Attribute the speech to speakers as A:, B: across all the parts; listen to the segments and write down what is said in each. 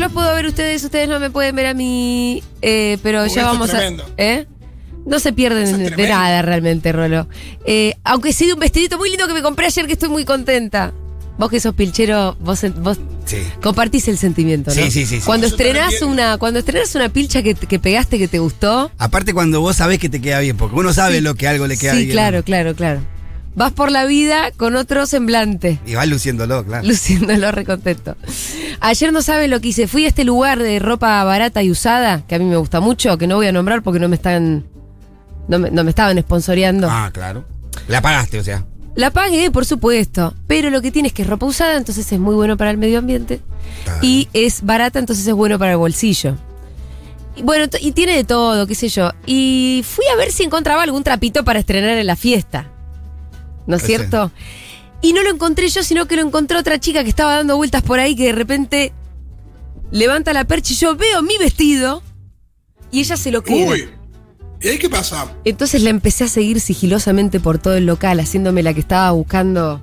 A: las puedo ver ustedes, ustedes no me pueden ver a mí, eh, pero
B: Uy,
A: ya
B: esto es
A: vamos a...
B: tremendo.
A: ¿Eh? No se
B: Eso es
A: pierden de
B: tremendo.
A: nada realmente, Rolo. Eh, aunque sí de un vestidito muy lindo que me compré ayer, que estoy muy contenta. Vos que sos pilchero, vos, en- vos
C: Sí.
A: compartís el sentimiento, ¿no?
C: Sí, sí, sí, sí.
A: Cuando
B: Yo también
A: estrenás
B: quiero.
A: una, cuando estrenás una pilcha que, que pegaste que te gustó.
C: Aparte cuando vos sabés que te queda bien, porque uno sabe
A: Sí.
C: lo que algo le queda
A: sí,
C: bien.
A: claro, claro, claro. Vas por la vida con otro semblante.
C: Y vas luciéndolo, claro.
A: Luciéndolo recontento. Ayer no saben lo que hice. Fui a este lugar de ropa barata y usada, que a mí me gusta mucho, que no voy a nombrar porque no me están. No me, no me estaban sponsoreando.
C: Ah, claro. La pagaste, o sea.
A: La pagué, por supuesto. Pero lo que tiene es que es ropa usada, entonces es muy bueno para el medio ambiente.
C: Claro.
A: Y es barata, entonces es bueno para el bolsillo. Y bueno, t- y tiene de todo, qué sé yo. Y fui a ver si encontraba algún trapito para estrenar en la fiesta. ¿No es
C: Sí.
A: cierto? Y no lo encontré yo, sino que lo encontró otra chica que estaba dando vueltas por ahí que de repente levanta la percha y yo veo mi vestido y ella se lo queda.
B: Uy. ¿Y ahí qué pasa?
A: Entonces la empecé a seguir sigilosamente por todo el local, haciéndome la que estaba buscando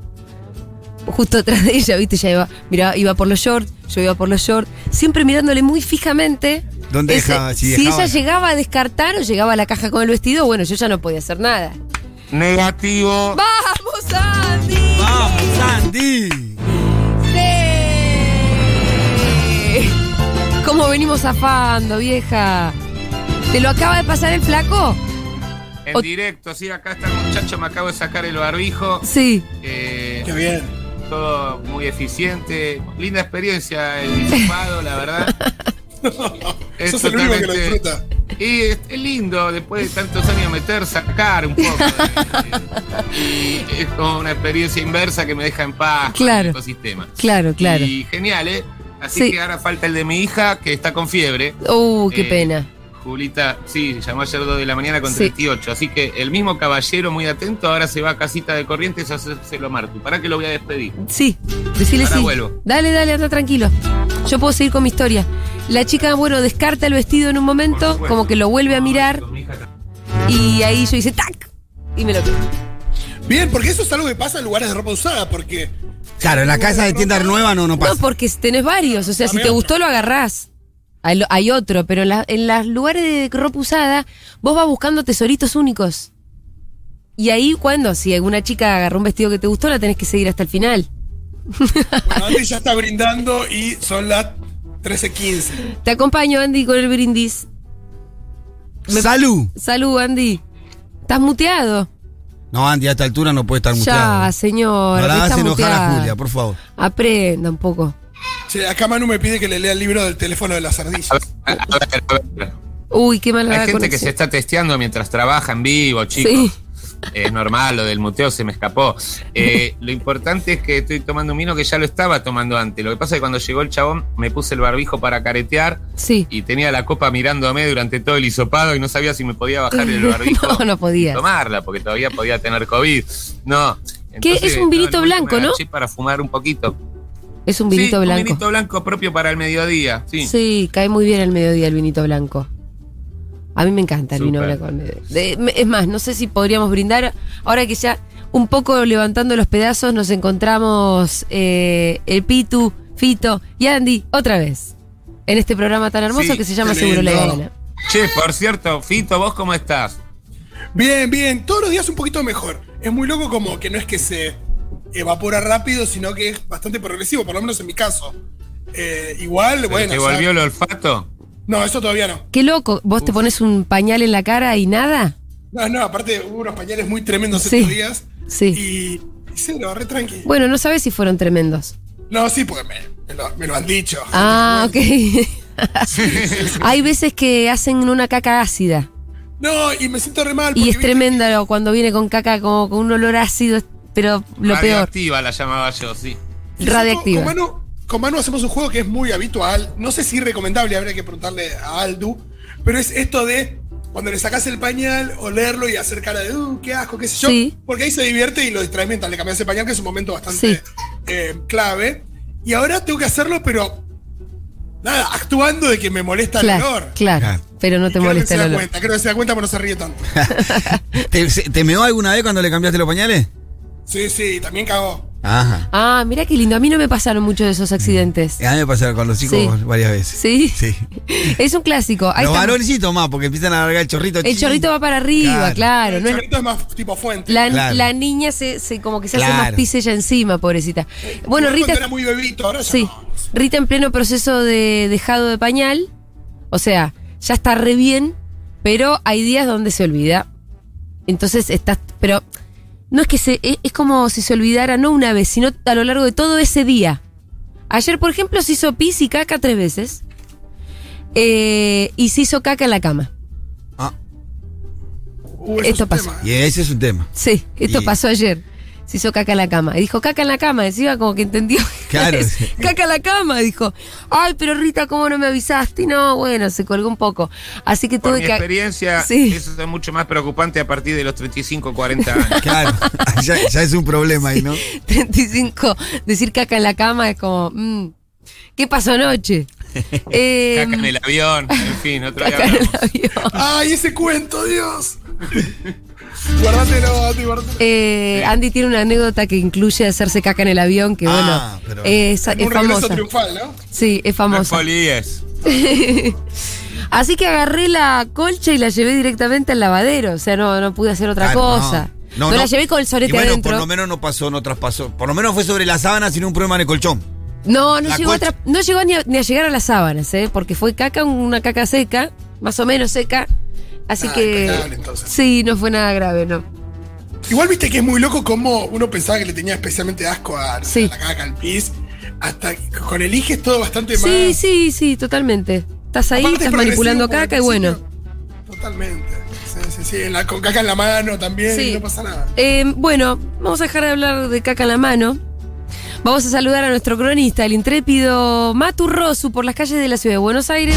A: justo atrás de ella, ¿viste? Ya iba, mira, iba por los shorts, yo iba por los shorts, siempre mirándole muy fijamente.
C: ¿Dónde dejaba? Si
A: Si,
C: dejaba
A: ella
C: la-
A: llegaba a descartar o llegaba a la caja con el vestido, bueno, yo ya no podía hacer nada.
D: Negativo.
A: ¡Vamos, Andy!
C: ¡Vamos, Sandy!
A: ¡Sí! ¿Cómo venimos zafando, vieja? ¿Te lo acaba de pasar el flaco?
D: En directo, sí, acá está el muchacho, me acabo de sacar el barbijo.
A: Sí.
D: Eh,
B: Qué bien.
D: todo muy eficiente. Linda experiencia el disipado, la verdad. Es
B: Sos el único que lo
D: totalmente-
B: disfruta.
D: Y es, es lindo, después de tantos años meter, sacar un poco. Eh, y es como una experiencia inversa que me deja en paz con
A: Claro.
D: el ecosistema.
A: Claro, claro.
D: Y genial, ¿eh? Así
A: Sí.
D: que ahora falta el de mi hija, que está con fiebre.
A: Uh, qué
D: Eh,
A: pena.
D: Julita, sí, llamó ayer 2 de la mañana con
A: Sí.
D: 38. Así que el mismo caballero muy atento ahora se va a casita de corrientes a hacérselo a Martu. ¿Para que lo voy a despedir?
A: Sí, decirle
D: Ahora
A: sí.
D: vuelvo.
A: Dale, dale, anda tranquilo. Yo puedo seguir con mi historia. La chica, bueno, descarta el vestido en un
D: Por
A: momento,
D: supuesto.
A: como que lo vuelve a mirar
D: Con mi hija también.
A: y ahí yo hice tac y me lo quito.
B: Bien, porque eso es algo que pasa en lugares de ropa usada, porque
C: Claro, en la casa de tienda nueva no, no pasa.
A: No, porque tenés varios, o sea, si
B: Dame
A: te
B: otro.
A: gustó lo agarrás. Hay, lo- hay otro, pero en, la- en los lugares de ropa usada vos vas buscando tesoritos únicos. Y ahí cuando, si alguna chica agarró un vestido que te gustó, la tenés que seguir hasta el final.
B: bueno, Andy ya está brindando y son las 13.15.
A: Te acompaño, Andy, con el brindis. pues, me-
C: ¡Salud!
A: Salud, Andy. Estás muteado.
C: No, Andy, a esta altura no puede estar muteado.
A: Ya, señor.
C: no la hagas
A: está
C: enojar
A: muteada.
C: a Julia, por favor.
A: Aprenda un poco.
B: Che, acá Manu me pide que le lea el libro del teléfono de las ardillas.
D: A ver, a ver, a ver.
A: Uy, qué mala
D: Hay gente que se
A: conexión.
D: está testeando mientras trabaja en vivo, chicos. Eh,
A: Sí.
D: Es normal, lo del muteo se me escapó. Eh, lo importante es que estoy tomando un vino que ya lo estaba tomando antes. Lo que pasa es que cuando llegó el chabón me puse el barbijo para caretear
A: Sí.
D: y tenía la copa mirándome durante todo el hisopado y no sabía si me podía bajar el barbijo.
A: No, no podías.
D: y Tomarla, porque todavía podía tener COVID. No.
A: ¿Qué?
D: entonces,
A: Es un vinito
D: no, el
A: blanco,
D: me
A: ¿no?
D: agaché Para fumar un poquito.
A: Es un vinito
D: Sí,
A: blanco.
D: Un vinito blanco propio para el mediodía. Sí.
A: Sí, cae muy bien al mediodía el vinito blanco. A mí me encanta el vino
D: Súper.
A: blanco al mediodía. De- me- es más, no sé si podríamos brindar, ahora que ya un poco levantando los pedazos, nos encontramos eh, el Pitu, Fito y Andy otra vez. En este programa tan hermoso
D: Sí,
A: que se llama
B: qué
A: Seguro la
B: lindo.
A: Gana.
D: Che, por cierto, Fito, ¿vos cómo estás?
B: Bien, bien, todos los días un poquito mejor. Es muy loco como que no es que se evapora rápido, sino que es bastante progresivo, por lo menos en mi caso. Eh, igual, bueno.
D: ¿Te
B: o sea,
D: volvió el olfato?
B: No, eso todavía no.
A: Qué loco, vos te pones un pañal en la cara y nada.
B: No, no, aparte hubo unos pañales muy tremendos
A: Sí.
B: estos días.
A: Sí.
B: Y, y cero, re tranqui.
A: Bueno, no sabes si fueron tremendos.
B: No, sí, porque me, me lo, me lo han dicho.
A: Ah, ok. Hay veces que hacen una caca ácida
B: No, y me siento re mal.
A: y
B: porque,
A: es
B: viste,
A: tremenda lo- cuando viene con caca como con un olor ácido, es- pero lo peor,
D: Radioactiva la llamaba yo, sí.
B: y nosotros Con
A: radiactiva.
B: Manu, con Manu hacemos un juego que es muy habitual. No sé si recomendable, habría que preguntarle a Aldu. Pero es esto de cuando le sacas el pañal, olerlo y hacer cara de, uh, qué asco, qué sé yo.
A: Sí.
B: Porque ahí se divierte y lo distraes mientras le cambias el pañal, que es un momento bastante
A: Sí.
B: eh, clave. Y ahora tengo que hacerlo, pero nada, actuando de que me molesta el
A: Claro,
B: olor.
A: claro,
C: Claro.
A: pero no
B: Y
A: te
B: Ah. creo que
A: molesta
B: se
A: el
B: da
A: olor.
B: Cuenta, creo que se da cuenta, pero no se ríe tanto.
C: ¿Te, se- te meó alguna vez cuando le cambiaste los pañales?
B: Sí, sí, también cagó.
C: Ajá.
A: Ah, mirá qué lindo. A mí no me pasaron muchos de esos accidentes.
C: A mí me pasaron con los chicos
A: Sí.
C: varias veces.
A: ¿Sí?
C: Sí.
A: Es un clásico. Ahí
C: los
A: está-
C: varoncitos más, porque empiezan a largar el chorrito.
A: el chorrito va para arriba,
C: Claro.
A: claro.
B: el
A: no es-
B: chorrito es más tipo fuente.
A: la,
C: Claro.
A: la niña se, se- como que se hace
C: Claro.
A: más pis ella encima, pobrecita. Bueno,
B: Igual cuando
A: Rita.
B: era muy bebito, ahora ya
A: Sí.
B: no.
A: Rita en pleno proceso de dejado de pañal. O sea, ya está re bien, pero hay días donde se olvida. Entonces estás. Pero no es que se. e- Es como si se olvidara, no una vez, sino a lo largo de todo ese día. Ayer, por ejemplo, se hizo pis y caca tres veces. Eh, y se hizo caca en la cama.
C: Ah,
B: Uh, eso
A: Esto
B: es un
A: pasa.
B: tema.
C: y ese es un tema.
A: Sí, esto
C: Y-
A: pasó ayer. Se hizo caca en la cama. Y dijo, caca en la cama. Encima como que entendió.
C: Claro.
A: caca en la cama. Dijo, ay, pero Rita, ¿cómo no me avisaste? Y no, bueno, se colgó un poco. Así que
D: Por
A: tuve
D: mi
A: que...
D: experiencia,
A: Sí.
D: eso es mucho más preocupante a partir de los 35, 40 años.
C: Claro. ya, ya es un problema ahí, ¿no?
A: 35, decir caca en la cama es como, mm, ¿qué pasó anoche? Eh,
D: Caca en el avión, en fin, otro día
A: caca en el
D: hablamos.
A: avión.
B: Ay, ese cuento, Dios. guárdatelo, Andy, guárdatelo.
A: Eh, Andy tiene una anécdota que incluye hacerse caca en el avión, que
C: Ah,
A: bueno,
C: pero-
A: es, es
B: un regreso
A: famosa.
B: triunfal, ¿no?
A: Sí, es famosa.
D: Políes.
A: Así que agarré la colcha y la llevé directamente al lavadero. O sea, no, no pude hacer otra
C: Claro,
A: cosa. No, la llevé con el
C: Y
A: sorete
C: bueno,
A: adentro.
C: por lo menos no pasó, no traspasó. Por lo menos fue sobre la sábana sin un problema en el colchón.
A: no, no
C: la
A: llegó, a
C: colcha.
A: tra- no llegó ni, a, ni a llegar a las sábanas, ¿eh? porque fue caca, una caca seca, más o menos seca. Así
B: Ah,
A: que.
B: impecable, entonces.
A: Sí, no fue nada grave, ¿no?
B: Igual viste que es muy loco como uno pensaba que le tenía especialmente asco a, no
A: Sí.
B: sé, a la caca, al pis. Hasta que con el Ige es todo bastante más.
A: Sí, sí, sí, totalmente. Estás ahí,
B: Aparte es
A: estás
B: progresivo
A: manipulando
B: porque al
A: caca y bueno.
B: principio- Totalmente. Sí, sí, sí. en la- con caca en la mano también,
A: Sí.
B: no pasa nada.
A: Eh, bueno, vamos a dejar de hablar de caca en la mano. Vamos a saludar a nuestro cronista, el intrépido Matu Rosu, por las calles de la ciudad de Buenos Aires.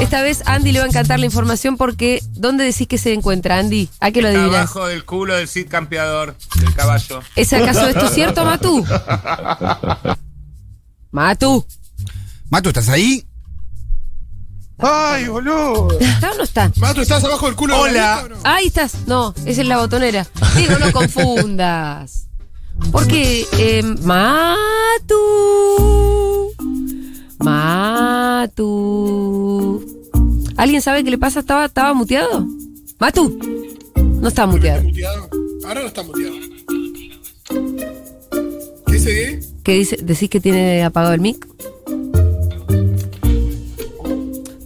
A: Esta vez Andy le va a encantar la información porque ¿dónde decís que se encuentra, Andy? ¿A qué lo adivinas?
D: Abajo del culo del Cid campeador, del caballo.
A: ¿Es acaso esto cierto, Matu? Matu.
C: Mato, ¿estás ahí?
E: Ay, boludo.
A: ¿Está o no está?
B: Mato, ¿estás abajo del culo? de la
E: Hola.
B: lista o no?
A: Ahí estás. No, es en la botonera. Digo, no confundas. Porque, eh, Matu. Matu. ¿Alguien sabe qué le pasa? ¿Estaba, estaba muteado? Matu. No está
B: ¿Está
A: muteado.
B: muteado? Ahora no está muteado. ¿Qué seguí?
A: ¿Qué dice? ¿Decís que tiene apagado el mic?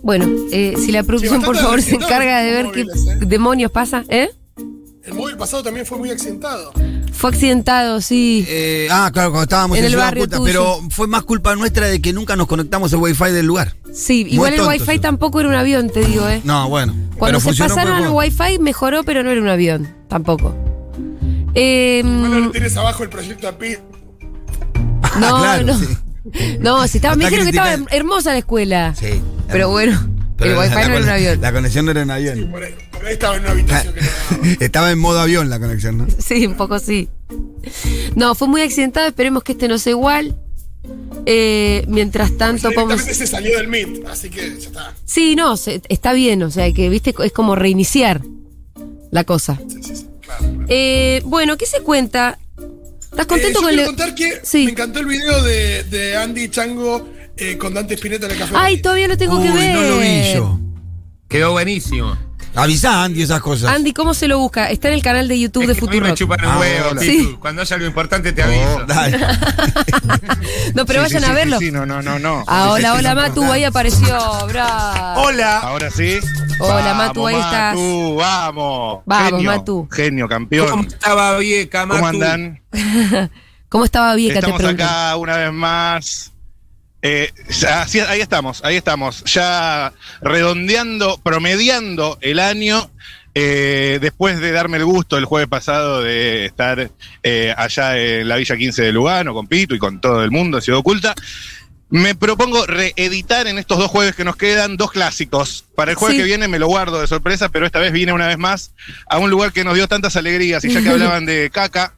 A: Bueno, eh, si la producción por
B: bastante
A: favor se
B: accidentado
A: encarga de ver qué
B: móviles, eh.
A: demonios pasa, ¿eh?
B: El móvil pasado también fue muy accidentado.
A: Fue accidentado, sí.
C: Eh, ah, claro, cuando estábamos
A: En
C: en,
A: el
C: Ciudad
A: barrio
C: Puta,
A: tuyo.
C: Pero fue más culpa nuestra de que nunca nos conectamos al wifi del lugar.
A: Sí,
C: Muy
A: igual el
C: tontos,
A: wifi
C: sí.
A: tampoco era un avión, te digo, ¿eh?
C: No, bueno.
A: Cuando
C: pero
A: se
C: funcionó,
A: pasaron
C: pero
A: al
C: bueno.
A: wifi mejoró, pero no era un avión, tampoco. Eh,
B: Bueno, le
A: no,
B: tienes abajo el proyecto a Pi.
C: Ah, claro,
A: no.
C: sí.
A: No, si estaba, me
C: Está
A: dijeron que estaba
C: criticando.
A: hermosa la escuela.
C: Sí,
A: Pero
C: hermosa.
A: bueno,
C: Pero
A: el
C: la-
A: wifi
C: la
A: no era un
C: conex-
A: avión.
C: La conexión no era en avión.
B: Por ahí, por ahí estaba en una habitación que no daba.
C: Estaba en modo avión la conexión, ¿no?
A: Sí, un poco sí. No, fue muy accidentado, esperemos que este no sea igual. Eh, mientras tanto, podemos...
B: Directamente se salió del Meet, así que ya está.
A: Sí, no, se- está bien, o sea, que viste, es como reiniciar la cosa.
B: Sí, sí, sí, claro, claro.
A: Eh, bueno, ¿qué se cuenta? ¿Estás
B: Eh,
A: contento
B: yo
A: con
B: quiero
A: el.?
B: contar que
A: Sí.
B: me encantó el video de, de Andy Chango eh, con Dante Spinetta en el café.
A: Ay, todavía lo tengo que
C: Uy,
A: ver.
C: no lo vi yo.
D: Quedó buenísimo.
C: Avisá, Andy, esas cosas.
A: Andy, ¿cómo se lo busca? Está en el canal de YouTube
D: Es
A: de
D: que a mí
A: Futuro.
D: me chupan un
C: Ah,
D: huevo,
C: hola.
D: Pitu.
A: Sí.
D: Cuando haya algo importante te
C: Oh,
D: aviso.
C: dale.
A: No, pero
E: Sí,
A: vayan
E: sí,
A: a
E: sí,
A: verlo.
E: sí, sí, no, no, no, no.
A: Ah, hola,
C: Sí, sí,
A: hola,
C: sí,
A: Matu,
C: sí.
A: ahí apareció, bravo.
E: Hola. Ahora sí.
A: Hola, Matu, ahí estás.
E: Matu, vamos.
A: Vamos,
E: Genio,
A: Matu.
E: Genio,
D: ¿Cómo
E: campeón.
D: estaba Vieca,
E: ¿Cómo
D: Matu?
E: andan?
A: ¿Cómo estaba Vieca? Te
E: Estamos
A: pregunto.
E: acá una vez más. Eh, ya- así- ahí estamos, ahí estamos. Ya redondeando, promediando el año. eh, después de darme el gusto el jueves pasado de estar eh, allá en la Villa 15 de Lugano con Pito y con todo el mundo en Ciudad Oculta, me propongo reeditar en estos dos jueves que nos quedan dos clásicos. Para el jueves
A: Sí.
E: que viene me lo guardo de sorpresa, pero esta vez vine una vez más a un lugar que nos dio tantas alegrías y ya que hablaban de caca.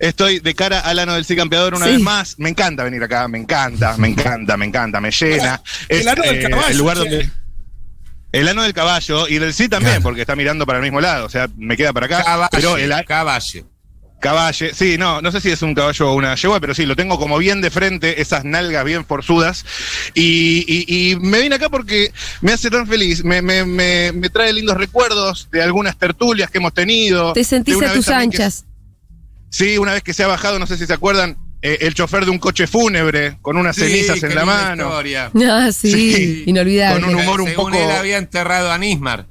E: Estoy de cara al ano del sí campeador una
A: Sí.
E: vez más. Me encanta venir acá, me encanta, me encanta, me encanta, me llena. eh,
B: El ano del caballo,
E: el lugar
B: che.
E: donde. El ano del caballo y del sí también,
C: Claro.
E: porque está mirando para el mismo lado, o sea, me queda para acá.
D: Caballo,
E: Pero el, a-
D: caballo.
E: Caballe, sí, no, no sé si es un caballo o una yegua, pero sí, lo tengo como bien de frente, esas nalgas bien forzudas. Y, y- y me vine acá porque me hace tan feliz, me, me- me- me trae lindos recuerdos de algunas tertulias que hemos tenido.
A: Te
E: de
A: sentís
E: una
A: a
E: vez
A: tus
E: también que-
A: anchas.
E: sí, una vez que se ha bajado, no sé si se acuerdan, eh, el chofer de un coche fúnebre con unas
D: Sí,
E: cenizas
D: qué
E: en la
D: linda
E: mano.
D: historia.
A: Ah, sí,
E: Sí.
A: inolvidable.
E: Con un humor un
D: Según
E: poco-
D: él había enterrado a Nismar.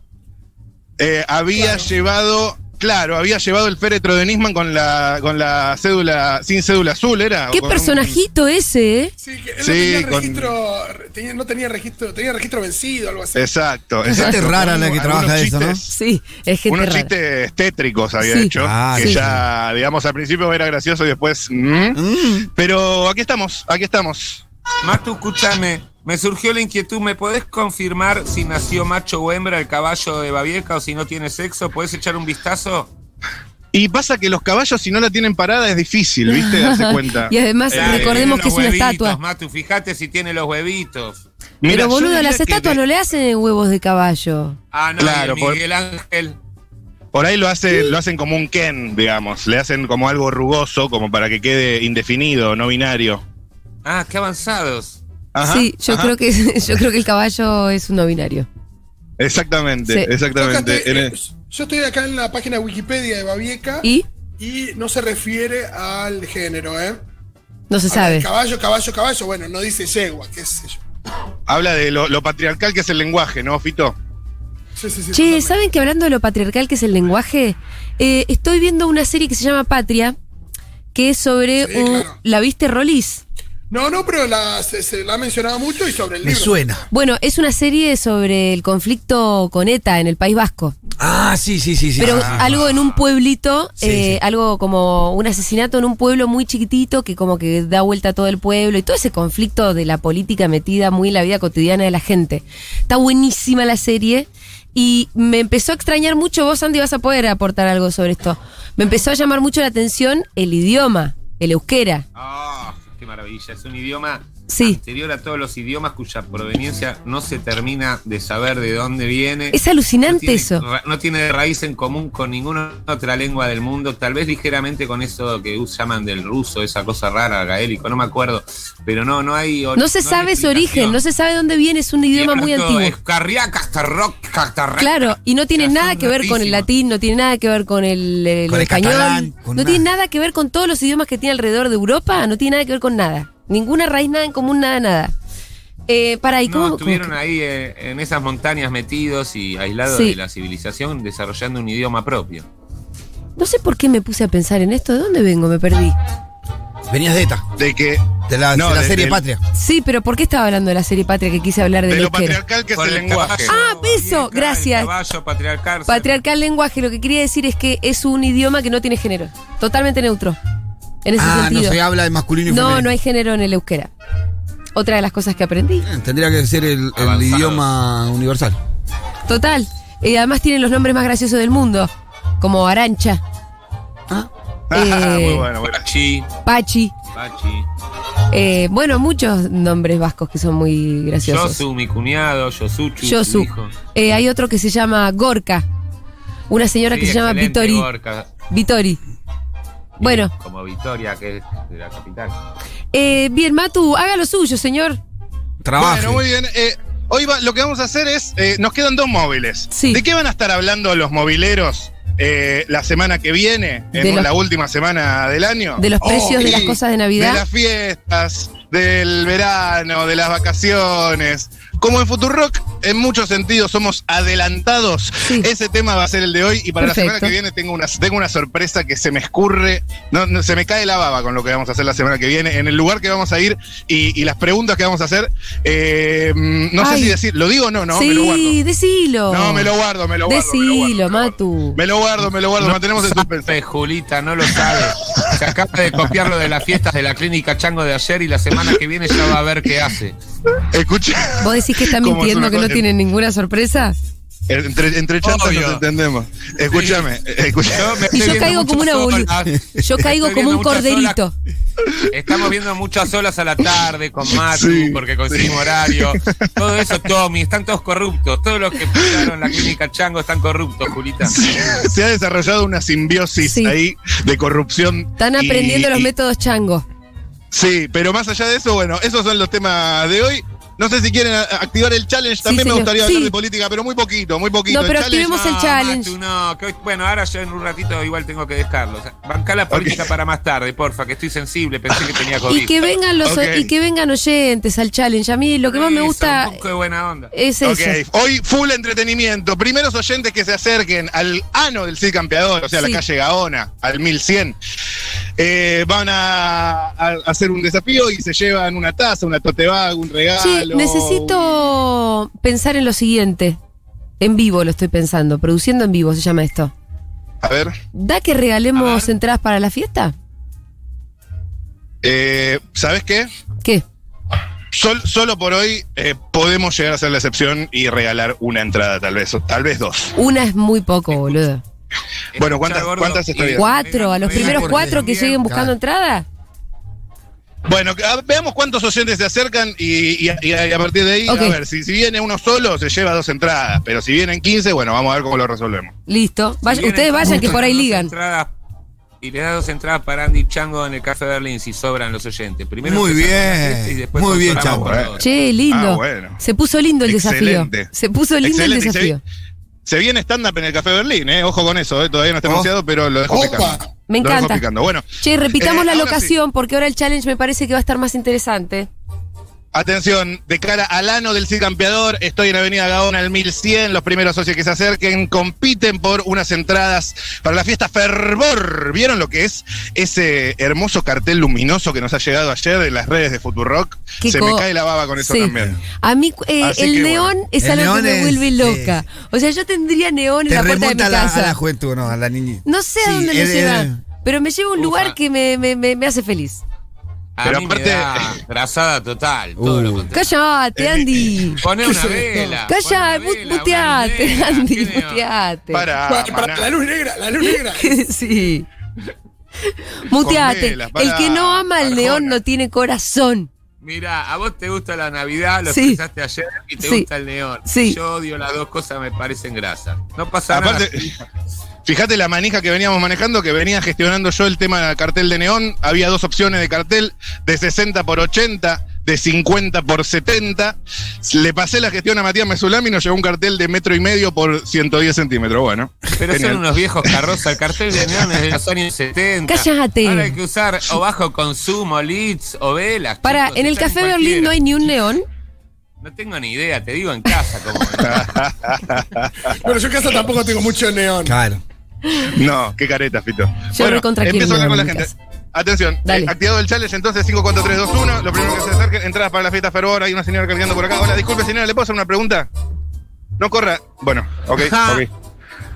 E: Eh, había llevado, claro, había llevado el féretro de Nisman con la, con la cédula, sin cédula azul, ¿era? O
A: Qué
E: con un-
A: personajito ese, ¿eh?
B: Sí, que él
E: Sí,
B: no tenía el
E: con-
B: registro, tenía- no tenía registro, tenía registro vencido, algo así.
E: Exacto,
C: gente
E: exacto.
C: rara la que
E: Algunos
C: trabaja eso, ¿no?
E: chistes-
A: Sí, es gente
E: Unos
A: rara.
E: chistes tétricos había
A: Sí.
E: hecho,
C: Ah,
E: que
C: sí.
E: ya, digamos, al principio era gracioso y después... mm.
C: Mm.
E: Pero aquí estamos, aquí estamos.
D: Matu, escúchame. Me surgió la inquietud, ¿me podés confirmar si nació macho o hembra el caballo de Babieca o si no tiene sexo? ¿Podés echar un vistazo?
E: Y pasa que los caballos, si no la tienen parada, es difícil, ¿viste? Darse cuenta.
A: Y además
E: Eh,
D: Dale,
A: recordemos
D: tiene
A: que es
D: los
A: una
D: huevitos,
A: estatua.
D: Matu, fíjate si tiene los huevitos.
E: Mira,
A: Pero
E: yo
A: boludo,
E: diría
A: las
E: que
A: estatuas
E: de-
A: no le hacen huevos de caballo.
D: Ah, no,
E: Claro,
D: claro,
E: por-
D: Miguel Ángel.
E: Por ahí lo, hace, lo hacen como un Ken, digamos. Le hacen como algo rugoso, como para que quede indefinido, no binario.
D: Ah, qué avanzados.
E: Ajá,
A: sí, yo
E: ajá.
A: creo que yo creo que el caballo es un no binario.
E: Exactamente,
A: Sí.
E: exactamente.
B: Tócate,
E: En
B: eh,
E: el-
B: yo estoy acá en la página de Wikipedia de Babieca y,
A: Y
B: no se refiere al género, ¿eh?
A: no se
B: Habla
A: sabe.
B: de Caballo, caballo, caballo. Bueno, no dice yegua, qué sé yo.
E: habla de lo, lo patriarcal que es el lenguaje, ¿no, Fito?
B: Sí, sí,
A: Che,
B: sí, totalmente.
A: ¿saben que hablando de lo patriarcal que es el lenguaje? Eh, estoy viendo una serie que se llama Patria, que es sobre
B: Sí,
A: un.
B: claro.
A: ¿La viste Rolis?
B: No, no, pero la, se, se la ha mencionado mucho y sobre el
C: Me
B: libro.
C: suena.
A: Bueno, es una serie sobre el conflicto con ETA en el País Vasco.
C: Ah, sí, sí, sí, sí.
A: Pero
C: sí.
A: algo en un pueblito,
C: Sí,
A: eh,
C: sí.
A: algo como un asesinato en un pueblo muy chiquitito que como que da vuelta a todo el pueblo y todo ese conflicto de la política metida muy en la vida cotidiana de la gente. Está buenísima la serie y me empezó a extrañar mucho, vos Andy vas a poder aportar algo sobre esto, me empezó a llamar mucho la atención el idioma, el euskera.
D: Ah, qué maravilla. Es un idioma
A: Sí.
D: anterior a todos los idiomas cuya proveniencia no se termina de saber de dónde viene.
A: Es alucinante
D: no tiene,
A: eso.
D: ra- No tiene raíz en común con ninguna otra lengua del mundo, tal vez ligeramente con eso que us- llaman del ruso, esa cosa rara, gaélico, no me acuerdo. Pero no, no hay. ori-
A: No se
D: hay
A: sabe su origen,
D: explicación.
A: no se sabe dónde viene, es un
D: Y
A: idioma
D: hablan
A: muy
D: todo,
A: antiguo.
D: Es carriaca, hasta rock, hasta re-
A: Claro, y no tiene
D: Ya, son
A: nada que ver con el
D: rarísimos.
A: latín, no tiene nada que ver con el, el
C: Con el
A: español,
C: catalán, con
A: no
C: nada.
A: tiene nada que ver con todos los idiomas que tiene alrededor de Europa, no tiene nada que ver con nada. Ninguna raíz, nada en común, nada, nada. Eh, para, ¿y
D: No,
A: cómo? cómo
D: estuvieron
A: que-
D: ahí eh, en esas montañas metidos y aislados
A: Sí.
D: de la civilización, desarrollando un idioma propio.
A: No sé por qué me puse a pensar en esto, ¿de dónde vengo? Me perdí.
C: Venías de ETA,
E: De que
C: de la,
E: No,
C: de la
E: de-
C: serie
E: del-
C: Patria.
A: Sí, pero ¿por qué estaba hablando de la serie Patria que quise hablar
E: de
A: del
E: lo
A: euskera?
E: patriarcal que es
D: Con
E: el lenguaje.
D: caballo,
A: Ah, beso,
D: bien,
A: gracias.
D: El caballo, patriarcal.
A: Patriarcal lenguaje, lo que quería decir es que es un idioma que no tiene género, totalmente neutro. En ese
C: Ah, no
A: sentido.
C: se habla de masculino y femenino.
A: no, no hay género en el euskera. Otra de las cosas que aprendí.
C: Eh, Tendría que ser el, el
D: Avanzados.
C: idioma universal.
A: Total. Y además tienen los nombres más graciosos del mundo, como Arancha,
E: Ah,
A: Eh,
E: muy bueno, bueno.
D: Pachi,
A: Pachi.
D: Pachi.
A: eh, bueno, muchos nombres vascos que son muy graciosos.
D: Yosu, mi cuñado, Yosuchu,
A: Yosu.
D: su hijo.
A: Eh, hay otro que se llama Gorka. Una señora
D: Sí,
A: que se llama
D: excelente,
A: Vitori.
D: Gorka.
A: Vitori. Bueno,
D: Eh, Como Victoria, que es de la capital.
A: eh, bien, Matu, haga lo suyo, señor.
C: Trabaje.
E: Bueno, muy bien. eh, hoy va- lo que vamos a hacer es, eh, nos quedan dos móviles.
A: Sí.
E: ¿De qué van a estar hablando los movileros eh, la semana que viene, en
A: De los-
E: la última semana del año?
A: De los
E: Oh,
A: precios de las
E: y
A: cosas de Navidad.
E: De las fiestas, del verano, de las vacaciones. Como en Futurock, en muchos sentidos somos adelantados.
A: Sí.
E: Ese tema va a ser el de hoy y para
A: Perfecto.
E: la semana que viene tengo una, tengo una sorpresa que se me escurre, no, no, se me cae la baba con lo que vamos a hacer la semana que viene, en el lugar que vamos a ir y, y las preguntas que vamos a hacer. Eh, mm, no
A: Ay.
E: sé si decir, lo digo o no, no, me lo
A: sí,
E: guardo.
A: decilo.
E: No, me lo guardo, me lo guardo. me lo guardo,
A: Decilo, Matu.
E: Me lo guardo, me lo guardo, mantenemos el suspense.
D: Pe, Julita, no lo sabe. Se acaba de copiar lo de las fiestas de la clínica Chango de ayer y la semana que viene ya va a ver qué hace.
E: Escucha.
A: ¿Vos decís que está
E: Como es
A: mintiendo
E: una
A: que no
E: cosa-
A: tiene ninguna sorpresa?
E: Entre, entre chantas
F: Obvio.
E: nos entendemos. Escúchame, escúchame.
D: me estoy
A: Y yo
D: viendo
A: caigo como
D: muchas
A: una bolu-
D: olas.
A: Yo caigo
D: Estoy
A: como
D: viendo
A: un
D: muchas olas.
A: corderito.
D: Estamos viendo muchas olas a la tarde con Matu
E: Sí,
D: porque conseguimos horario. Todo eso, Tommy, están todos corruptos. Todos los que pisaron la clínica Chango están corruptos, Julita.
E: Se ha desarrollado una simbiosis
A: Sí.
E: ahí de corrupción.
A: Están
E: y-
A: aprendiendo los
E: y-
A: métodos chango.
E: Sí, pero más allá de eso, bueno, esos son los temas de hoy. No sé si quieren a- activar el challenge, también me
A: señor.
E: gustaría
A: Sí.
E: hablar de política, pero muy poquito, muy poquito.
A: No,
E: El
A: pero
E: challenge-
A: activemos el challenge.
D: Matu, no, que hoy- bueno, ahora yo en un ratito igual tengo que dejarlo. O sea, bancá la política para más tarde, porfa, que estoy sensible. Pensé que tenía COVID.
A: Y que vengan los
E: Ok.
A: y que vengan oyentes al challenge. A mí lo que más me
D: Eso,
A: gusta eh,
D: Un poco de buena onda.
A: es
E: Ok,
A: eso.
E: Hoy full entretenimiento. Primeros oyentes que se acerquen al ano del Cid Campeador, o sea,
A: Sí.
E: la calle Gaona, al 1100. eh, van a, a hacer un desafío y se llevan una taza, una tote bag, un regalo.
A: Sí, necesito pensar en lo siguiente. En vivo lo estoy pensando, produciendo en vivo se llama esto.
E: A ver.
A: ¿Da que regalemos entradas para la fiesta?
E: eh, ¿Sabes qué?
A: ¿Qué?
E: Sol- solo por hoy eh, podemos llegar a ser la excepción y regalar una entrada, tal vez, o tal vez dos.
A: Una es muy poco, boludo.
E: Bueno, ¿cuántas-
D: Escuchá, gordo,
E: cuántas
D: y-
E: está bien?
A: ¿Cuatro? ¿A los
D: Vengan,
A: primeros
D: porque
A: cuatro que
D: bien,
A: lleguen buscando
C: claro.
A: entrada?
E: Bueno, que- a- veamos cuántos oyentes se acercan y, y a- y a y a partir de ahí,
A: Ok.
E: a ver, si, si viene uno solo, se lleva dos entradas, pero si vienen 15, bueno, vamos a ver cómo lo resolvemos.
A: Listo. Vaya-
D: Vienen
A: ustedes
D: con
A: vayan que
D: gusto,
A: por ahí
D: dos
A: ligan.
D: entradas, y le da dos entradas para Andy Chango en el Café Berlín si sobran los oyentes. Primero
C: Muy
D: empezamos
C: bien.
D: con la fiesta y después
C: Muy bien,
D: consolamos
E: Chango.
D: por todos.
A: Che, lindo.
E: Ah, bueno.
A: Se puso lindo el desafío.
E: Excelente.
A: Se puso lindo
E: Excelente,
A: el
E: y se vi-
A: desafío.
E: Se viene stand-up en el Café Berlín, ¿eh? Ojo con eso, ¿eh? todavía no está
C: Oh.
E: anunciado, pero lo dejo
B: Opa.
E: picando.
A: Me
E: Lo dejo
A: encanta.
E: picando. Bueno,
A: Che, repitamos
E: Eh,
A: la
E: ahora
A: locación porque ahora el challenge me parece que va a estar más interesante.
E: Atención, de cara al ano del Cid Campeador, estoy en Avenida Gaona al 1100. Los primeros socios que se acerquen compiten por unas entradas para la fiesta Fervor. ¿Vieron lo que es ese hermoso cartel luminoso que nos ha llegado ayer en las redes de Futurock?
A: Qué
E: Se
A: co-
E: me cae la baba con eso
A: Sí.
E: también.
A: A mí eh,
E: Así
A: el
E: que
A: neón
E: bueno.
A: es
C: El
A: algo que
C: neón
A: me
C: es-
A: vuelve
C: sí,
A: loca. O sea, yo tendría neón en
C: Te
A: la puerta de mi
C: remonta a la,
A: casa.
C: a la juventud, no, a la niñez.
A: No sé a
C: Sí,
A: dónde
C: es-
A: lo
C: es-
A: lleva, pero me lleva a un
D: Ufa.
A: lugar que me, me- me- me hace feliz.
D: A
E: Pero
D: mí
E: aparte-
D: me da grasada total. todo
C: Uh.
D: lo contrario.
E: Eh,
A: Cállate, Andy.
D: Poné
B: ¿Qué
D: una
B: es esto?
E: Ah,
D: vela.
A: Cállate,
D: poné una vela,
A: muteate,
D: una vela,
A: Andy,
D: ¿qué neón?
A: muteate.
E: Para,
B: Ah, Para- para-
E: maná.
B: la luz negra, la luz negra.
A: sí. Muteate.
E: velas,
A: el
E: pará,
A: que no ama al
E: Arjona.
A: neón no tiene corazón.
D: Mirá, a vos te gusta la Navidad, lo
A: Sí.
D: pensaste ayer y te
A: Sí.
D: gusta el neón.
A: Sí.
D: Yo odio las dos cosas, me parecen grasas. No pasa
E: Aparte,
D: nada.
E: fíjate la manija que veníamos manejando, que venía gestionando yo el tema del cartel de neón. Había dos opciones de cartel, de 60 por 80, de 50 por 70. Le pasé la gestión a Matías Mesulami y nos llegó un cartel de metro y medio por 110 centímetros. Bueno,
D: Pero
E: genial.
D: son unos viejos carrozas. El cartel de neón es de los años 70.
A: Cállate.
D: Ahora hay que usar o bajo consumo, leads o velas.
A: Para,
D: chicos,
A: en el
D: están
A: Café Berlín
D: cualquiera.
A: no hay ni un neón.
D: No tengo ni idea, te digo en casa. Como
B: Bueno, yo en casa tampoco tengo mucho neón.
C: Claro.
E: No, qué careta, Fito.
A: Yo recontra quiero
E: empiezo a
A: neón
E: hablar con la
A: en mi
E: gente.
A: casa.
E: Atención,
A: Dale.
E: eh, activado el challenge, entonces 5, 4, 3, 2, 1. Lo primero que se acerquen, entradas para la fiesta fervor. Hay una señora cargando por acá. Hola, disculpe, señora, ¿le puedo hacer una pregunta? No corra. Bueno, ok,
D: Ajá.
E: ok.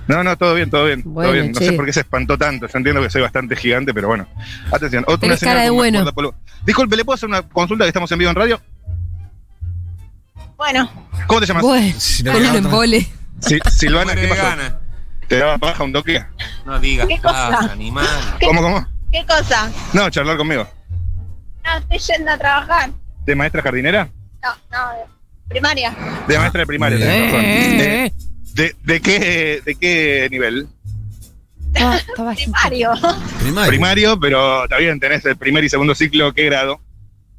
E: No, no, todo bien, todo bien.
A: Bueno,
E: todo bien. No
A: che.
E: sé por qué se espantó tanto. Yo entiendo que soy bastante gigante, pero bueno. Atención, otra
A: Tenés cara de
E: con una
A: bueno.
E: cuerda polo- Disculpe, ¿le puedo hacer una consulta que estamos en vivo en radio?
G: Bueno,
E: ¿Cómo te llamas?
A: Bueno,
C: Si no
A: con un
C: queda otra.
A: embole.
E: Si- Silvana,
D: Muere
E: ¿qué
D: de
E: pasó?
D: gana.
E: ¿Te daba paja un toque?
D: No digas
G: ¿Qué cosa?
D: pasa, animal.
G: ¿Qué?
E: ¿Cómo, cómo?
G: ¿qué cosa?
E: No, charlar conmigo.
G: No, estoy yendo a trabajar.
E: ¿De maestra jardinera?
G: No, no, de primaria.
E: De maestra de primaria,
C: Bien.
E: tenés razón.
A: Eh.
E: Eh, ¿De, de qué, ¿De qué nivel?
A: Ah, está bajito.
G: Primario.
C: Primario.
E: Primario, pero está bien, tenés el primer y segundo ciclo, ¿qué grado?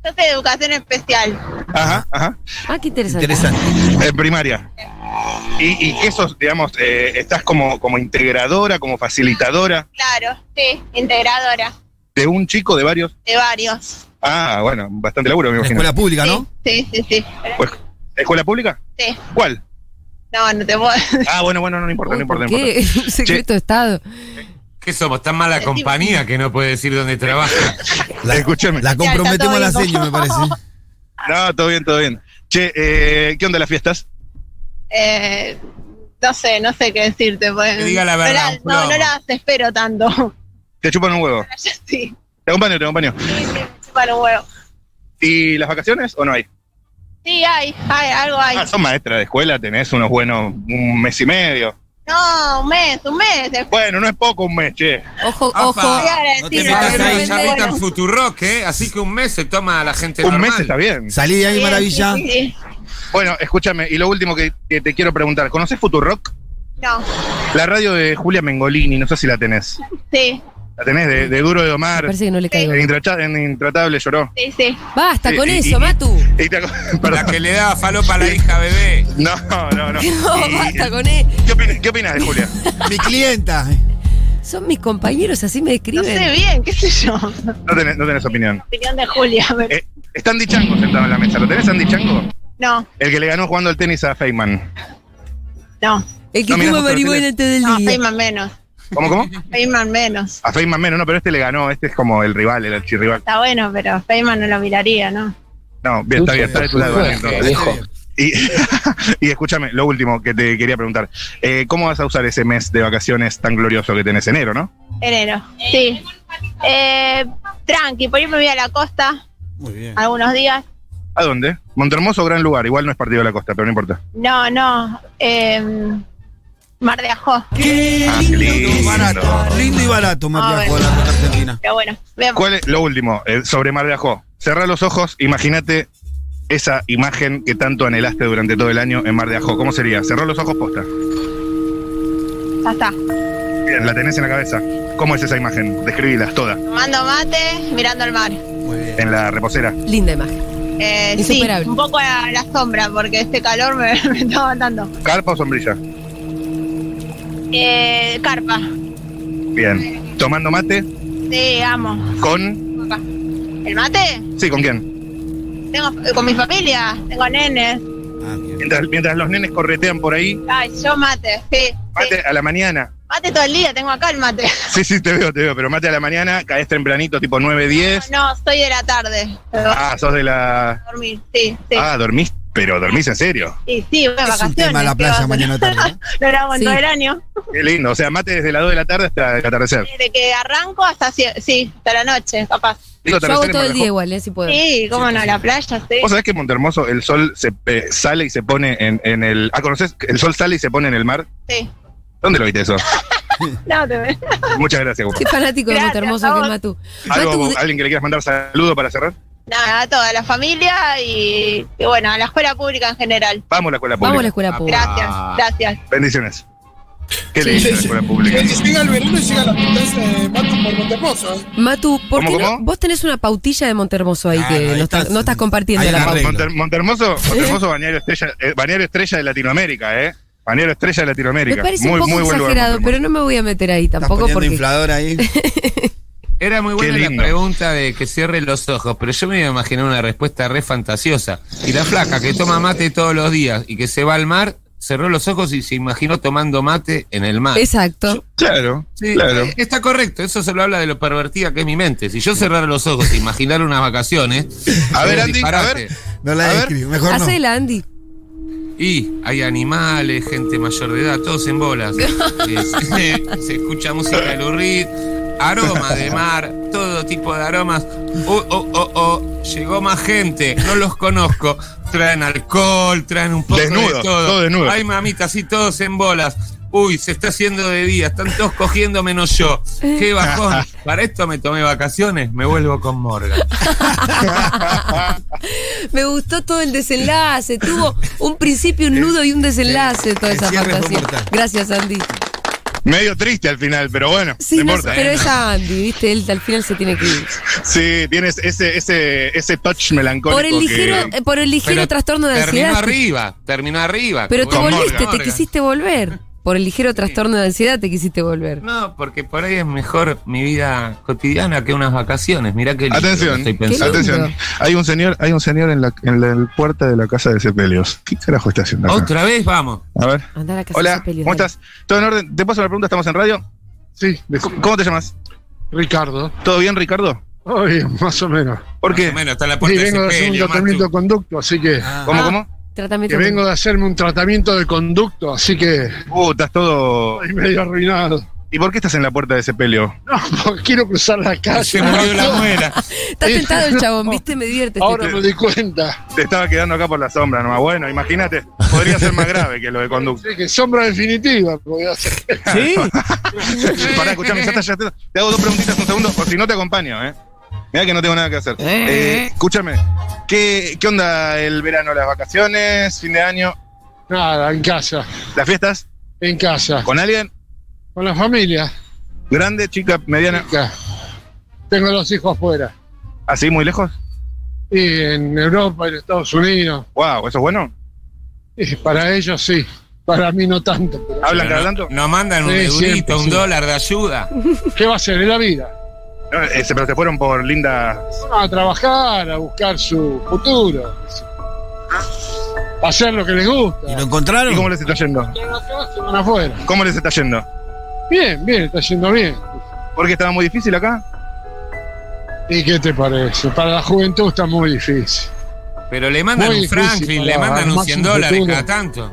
G: Yo soy de educación especial.
E: Ajá, ajá.
A: Ah, qué interesante.
C: Interesante.
E: En primaria. ¿Y, y qué sos, digamos, eh, estás como, como integradora, como facilitadora
G: Claro, sí, integradora
E: de un chico, de varios?
G: de varios.
E: Ah, bueno, bastante laburo, me
C: La
E: imagino.
C: escuela pública,
G: Sí,
C: ¿no?
G: sí, sí, sí.
E: Pues, ¿Escuela pública?
G: Sí.
E: ¿Cuál?
G: No, no te puedo.
E: Ah, bueno, bueno, no, no importa, no
A: Uy,
E: importa.
A: ¿Por
E: no importa.
A: qué? Un secreto de Estado.
D: ¿Qué somos? Tan mala compañía que no puede decir dónde trabaja.
C: La,
E: Escúchame.
C: la comprometemos a la
G: Ya, está todo
C: seño, me
G: bien.
C: parece.
E: No, todo bien, todo bien. Che, eh, ¿qué onda las fiestas?
G: Eh, no sé, no sé qué decirte. Pues.
D: Que diga la
G: No
D: verdad,
G: la-
D: un
G: No, no,
D: plomo.
G: las espero tanto.
E: Te chupan un huevo.
G: Yo sí.
E: Te acompaño, te acompaño.
G: Sí, sí, me chupan un huevo.
E: ¿Y las vacaciones o no hay?
G: Sí, hay, hay, algo hay.
E: Ah, sos maestra de escuela, tenés unos buenos un mes y medio.
G: No, un mes, un mes. de-
E: Bueno, no es poco un mes, che.
A: Ojo,
D: Apa,
A: ojo.
D: Ah, No te metas ahí, ya viste en Futurock, ¿eh? Así que un mes se toma a la gente
E: Un
D: normal.
E: mes está bien.
C: Salí de ahí,
G: Sí,
C: maravilla.
G: sí, sí.
E: Bueno, escúchame, y lo último que, que te quiero preguntar, ¿conoces Futurock?
G: No,
E: La radio de Julia Mengolini, no sé si la tenés.
G: sí,
E: La tenés de, de Duro de
A: Me
E: Omar.
A: parece que no le caigo.
E: En, Intracha- en Intratable lloró.
G: sí, sí.
A: Basta
E: Sí,
A: con
E: y-
A: eso,
E: y-
A: Matu.
E: Y te ac-
D: La
E: perdón.
D: que le da falopa a la hija bebé.
E: No, no,
A: No,
E: no. Y-
A: basta con e-. él.
E: ¿Qué opinas, qué opinas de Julia?
C: Mi clienta.
A: Son mis compañeros, así me
G: No
A: describen.
G: sé bien, qué sé yo.
E: No tenés, no tenés opinión.
G: Opinión de Julia. me-
E: Eh, está Andy Chango sentado en la mesa. ¿Lo tenés Andy Chango?
G: No,
E: El que le ganó jugando al tenis a Feynman.
G: no.
A: El que
E: No, mirá,
A: fuma
E: justo lo
A: marihuana
E: tenés.
A: antes del
G: No,
A: día.
G: Feynman menos.
E: ¿Cómo, cómo?
G: Feynman menos.
E: A Feynman menos, no, pero este le ganó. Este es como el rival, el archirrival.
G: Está bueno, pero Feynman no lo miraría, ¿no?
E: No, bien, está bien, está de tu lado. Dani, entonces.
D: Viejo.
E: Y, y escúchame, lo último que te quería preguntar. Eh, ¿Cómo vas a usar ese mes de vacaciones tan glorioso que tenés enero, no?
G: Enero, sí. Eh, tranqui, por ahí me voy a la costa
C: Muy bien.
G: algunos días.
E: ¿A dónde? Montermoso, gran lugar. Igual no es partido de la costa, pero no importa.
G: No, no. em, Mar de Ajó.
E: Ah, qué
C: Lindo y barato. Lindo y barato,
G: Ah,
C: Matías,
G: bueno.
C: la costa argentina.
G: Pero bueno, vean.
E: ¿Cuál es lo último eh, sobre Mar de Ajó? Cerrá los ojos, imagínate esa imagen que tanto anhelaste durante todo el año en Mar de Ajó. ¿Cómo sería? Cerrá los ojos, posta.
G: Ya está.
E: Bien, la tenés en la cabeza. ¿Cómo es esa imagen? Describílas toda.
G: Tomando mate, mirando al mar.
C: Muy bien.
E: En la reposera.
A: Linda imagen.
G: Eh, sí,
A: Insuperable.
G: un poco a la sombra, porque este calor me, me está matando.
E: ¿Carpa o sombrilla?
G: Eh, carpa.
E: Bien. ¿Tomando mate?
G: Sí, amo.
E: ¿Con?
G: Acá. ¿El mate?
E: Sí, ¿con quién?
G: Tengo eh, con mi familia, tengo nenes.
C: Ah, bien.
E: Mientras, mientras los nenes corretean por ahí.
G: Ay, yo mate, sí. sí.
E: Mate a la mañana.
G: Mate todo el día, tengo acá el mate.
E: Sí, sí, te veo, te veo. Pero mate a la mañana, caes tempranito, tipo 9, 10.
G: No, soy de la tarde. Me voy a
E: Ah, sos de la...
G: dormir, sí, sí.
E: Ah, dormís, pero dormís en serio.
G: Sí, sí, voy
C: Es
G: a
C: un
G: vacaciones.
C: tema la
G: ¿qué vas a
C: playa
G: hacer?
C: mañana tarde. ¿eh?
G: Lo grabo en
A: Sí.
G: todo el año.
E: Qué lindo, o sea, mate desde las 2 de la tarde hasta el atardecer.
G: Desde que arranco hasta, sí, sí, hasta la noche, capaz.
E: Digo
A: Yo hago
E: atardecer en
A: todo el
E: Mar del
A: día
E: Plata.
A: igual, eh, si puedo.
G: Sí, cómo no, la playa, sí.
E: Vos sabés que en Montermoso el sol se, eh, sale y se pone en, en el... Ah, ¿conocés? El sol sale y se pone en el mar.
G: Sí.
E: ¿Dónde lo viste eso?
G: No, te ve.
E: Muchas gracias, Gus.
A: Qué fanático de
G: Gracias,
A: Montermoso
G: a
A: que es
G: vos.
A: Matu.
E: ¿Algo,
A: Matu,
E: ¿Alguien que le quieras mandar saludo para cerrar?
G: Nada, a toda la familia y, y bueno, a la escuela pública en general.
E: Vamos a la escuela
A: vamos a la
E: pública.
A: escuela pública.
G: Gracias,
D: Ah.
G: gracias.
E: Bendiciones. Qué
A: Sí.
E: lindo
B: Sí,
E: la
B: sí.
E: escuela pública.
B: Llega el verano y llega la potencia de Mato por Montepozo, ¿eh?
A: Matu, ¿por
E: ¿Cómo,
A: qué no-
E: cómo?
A: vos tenés una pautilla de Montermoso ahí
C: Ah,
A: que
C: no, ahí
A: no, estás,
C: estás-
A: no estás compartiendo
C: ahí
A: la
C: la
A: pauta?
C: arreglo.
E: Monter- Montermoso, Montermoso bañero estrella, eh, bañero estrella de Latinoamérica, ¿eh? Bañero estrella de
A: Me
E: Latinoamérica.
A: parece
E: muy,
A: un poco
E: muy buen lugar,
A: exagerado,
E: Montermoso.
A: pero no me voy a meter ahí
C: Estás
A: tampoco
C: poniendo
A: porque.
C: inflador ahí.
D: Era muy buena
E: Qué
D: la
E: lindo.
D: pregunta de que cierre los ojos, pero yo me iba a imaginar una respuesta re fantasiosa. Y la flaca que toma mate todos los días y que se va al mar, cerró los ojos y se imaginó tomando mate en el mar.
A: Exacto.
E: Claro,
D: Sí,
E: claro.
D: eh, Está correcto, eso se lo habla de lo pervertida que es mi mente. Si yo cerrara los ojos e imaginar unas vacaciones,
E: A ver,
D: es
E: Andy,
D: disparate.
E: a ver.
C: No
E: A
C: la
E: ver.
C: describí, mejor no.
A: Hacela, Andy.
D: Y hay animales, gente mayor de edad, todos en bolas. Eh, se, se escucha música de Lurrit, aroma de mar, todo tipo de aromas. Oh, oh, oh, oh, llegó más gente, no los conozco. Traen alcohol, traen un poco
E: Desnudos,
D: de todo.
E: todo desnudo.
D: Ay, mamita, así todos en bolas. Uy, se está haciendo de día, están todos cogiendo menos yo. Qué bajón. Para esto me tomé vacaciones, me vuelvo con Morgan.
A: Me gustó todo el desenlace. Tuvo un principio, un nudo y un desenlace toda
C: el
A: esa
C: cierre fue
A: fantasía.
C: mortal.
A: Gracias, Andy.
E: Medio triste al final, pero bueno,
A: Sí,
E: no
A: no,
E: importa. ¿eh?
A: pero es a Andy, ¿viste? Él al final se tiene que ir.
E: Sí, tienes ese, ese, ese touch melancólico.
A: Por el
E: que-
A: ligero, eh, por el ligero
D: Pero
A: trastorno de
D: terminó
A: ansiedad.
D: arriba, terminó arriba.
A: Pero te
E: Con Morgan.
A: volviste, te
D: Morgan.
A: quisiste volver. Por el ligero trastorno de ansiedad te quisiste volver.
D: No, porque por ahí es mejor mi vida cotidiana que unas vacaciones. Mirá qué lindo
E: Atención,
D: estoy pensando.
E: atención. Hay un señor, hay un señor en la, en la puerta de la casa de Cepelios. ¿Qué carajo está haciendo acá?
D: Otra vez vamos.
E: A ver.
A: Andar a casa
E: Hola,
A: de Pelio,
E: ¿cómo
A: dale.
E: estás? ¿Todo en orden? Te paso la pregunta, estamos en radio.
F: Sí,
E: ¿Cómo, cómo te llamas?
F: Ricardo.
E: ¿Todo bien, Ricardo?
F: Oye, más o menos.
E: ¿Por
D: Más
E: qué?
D: o menos, está la
F: Y
D: puerta de
F: vengo de hacer un
D: sepelio,
F: tratamiento de
D: Matu.
F: conducto, así que.
C: Ah,
E: ¿Cómo,
A: Ah.
E: cómo?
F: Que
A: Tratamiento.
F: vengo de hacerme un tratamiento de conducto, así que
E: Uh, estás todo.
F: estoy medio arruinado.
E: ¿Y por qué estás en la puerta de ese peleo?
F: No, porque quiero cruzar la
E: Ah,
F: calle.
D: Se murió la muela.
A: Está tentado el chabón, ¿viste? Me divierte. este
F: Ahora
A: tipo.
F: me di cuenta.
E: Te estaba quedando acá por la sombra nomás. Bueno, imagínate, podría ser más grave que lo de conducta.
F: Sí, que sombra definitiva. voy a hacer.
H: ¿Sí?
E: Pará, escuchame, ya está, ya está. Te hago dos preguntitas un segundo, o si no te acompaño, ¿eh? Mirá que no tengo nada que hacer. Eh, escúchame, ¿qué, ¿qué onda el verano? ¿Las vacaciones? ¿Fin de año?
F: Nada, en casa.
E: ¿Las fiestas?
F: En casa.
E: ¿Con alguien?
F: Con la familia.
E: ¿Grande, chica, mediana?
F: Acá. Tengo los hijos afuera.
E: ¿Así, muy lejos?
F: Y en Europa, en Estados Unidos.
E: Wow, ¿eso es bueno?
F: Y para ellos sí. Para mí no tanto. pero-
E: ¿Hablan cada
D: Pero
E: tanto?
D: no- Nos mandan un
F: Sí,
D: eurito,
F: siempre,
D: un
F: sí.
D: dólar de ayuda.
F: ¿Qué va a ser? Es la vida.
E: No, eh, se- pero se fueron por lindas.
F: A trabajar, a buscar su futuro. A hacer lo que les gusta.
C: ¿Y lo
E: ¿Y cómo
C: encontraron?
E: les está yendo?
F: Están acá, se van afuera.
E: ¿Cómo les está yendo?
F: Bien, bien, está yendo bien.
E: ¿Porque estaba muy difícil acá?
F: ¿Y qué te parece? Para la juventud está muy difícil.
D: Pero le mandan
F: Muy
D: un
F: difícil
D: Franklin, le
F: para
D: mandan un
F: armarse
D: 100
F: un
D: dólares
F: futuro.
D: cada tanto.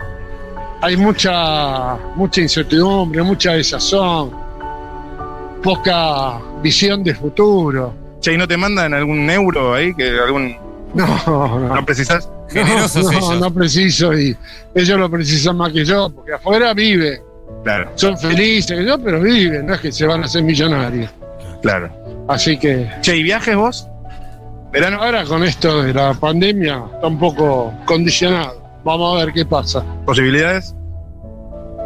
F: Hay mucha, mucha incertidumbre, mucha desazón, poca visión de futuro.
E: Che, ¿y no te mandan algún euro ahí? que algún
F: No, no.
E: ¿No precisas?
D: Generosos
F: no,
D: ellos.
F: no preciso y ellos lo precisan más que yo, porque afuera viven,
E: Claro,
F: son felices que yo, pero viven, no es que se van a hacer millonarios.
E: claro.
F: Así que
E: Che, ¿y viajes vos?
F: Verano, ahora con esto de la pandemia está un poco condicionado. Vamos a ver qué pasa.
E: ¿Posibilidades?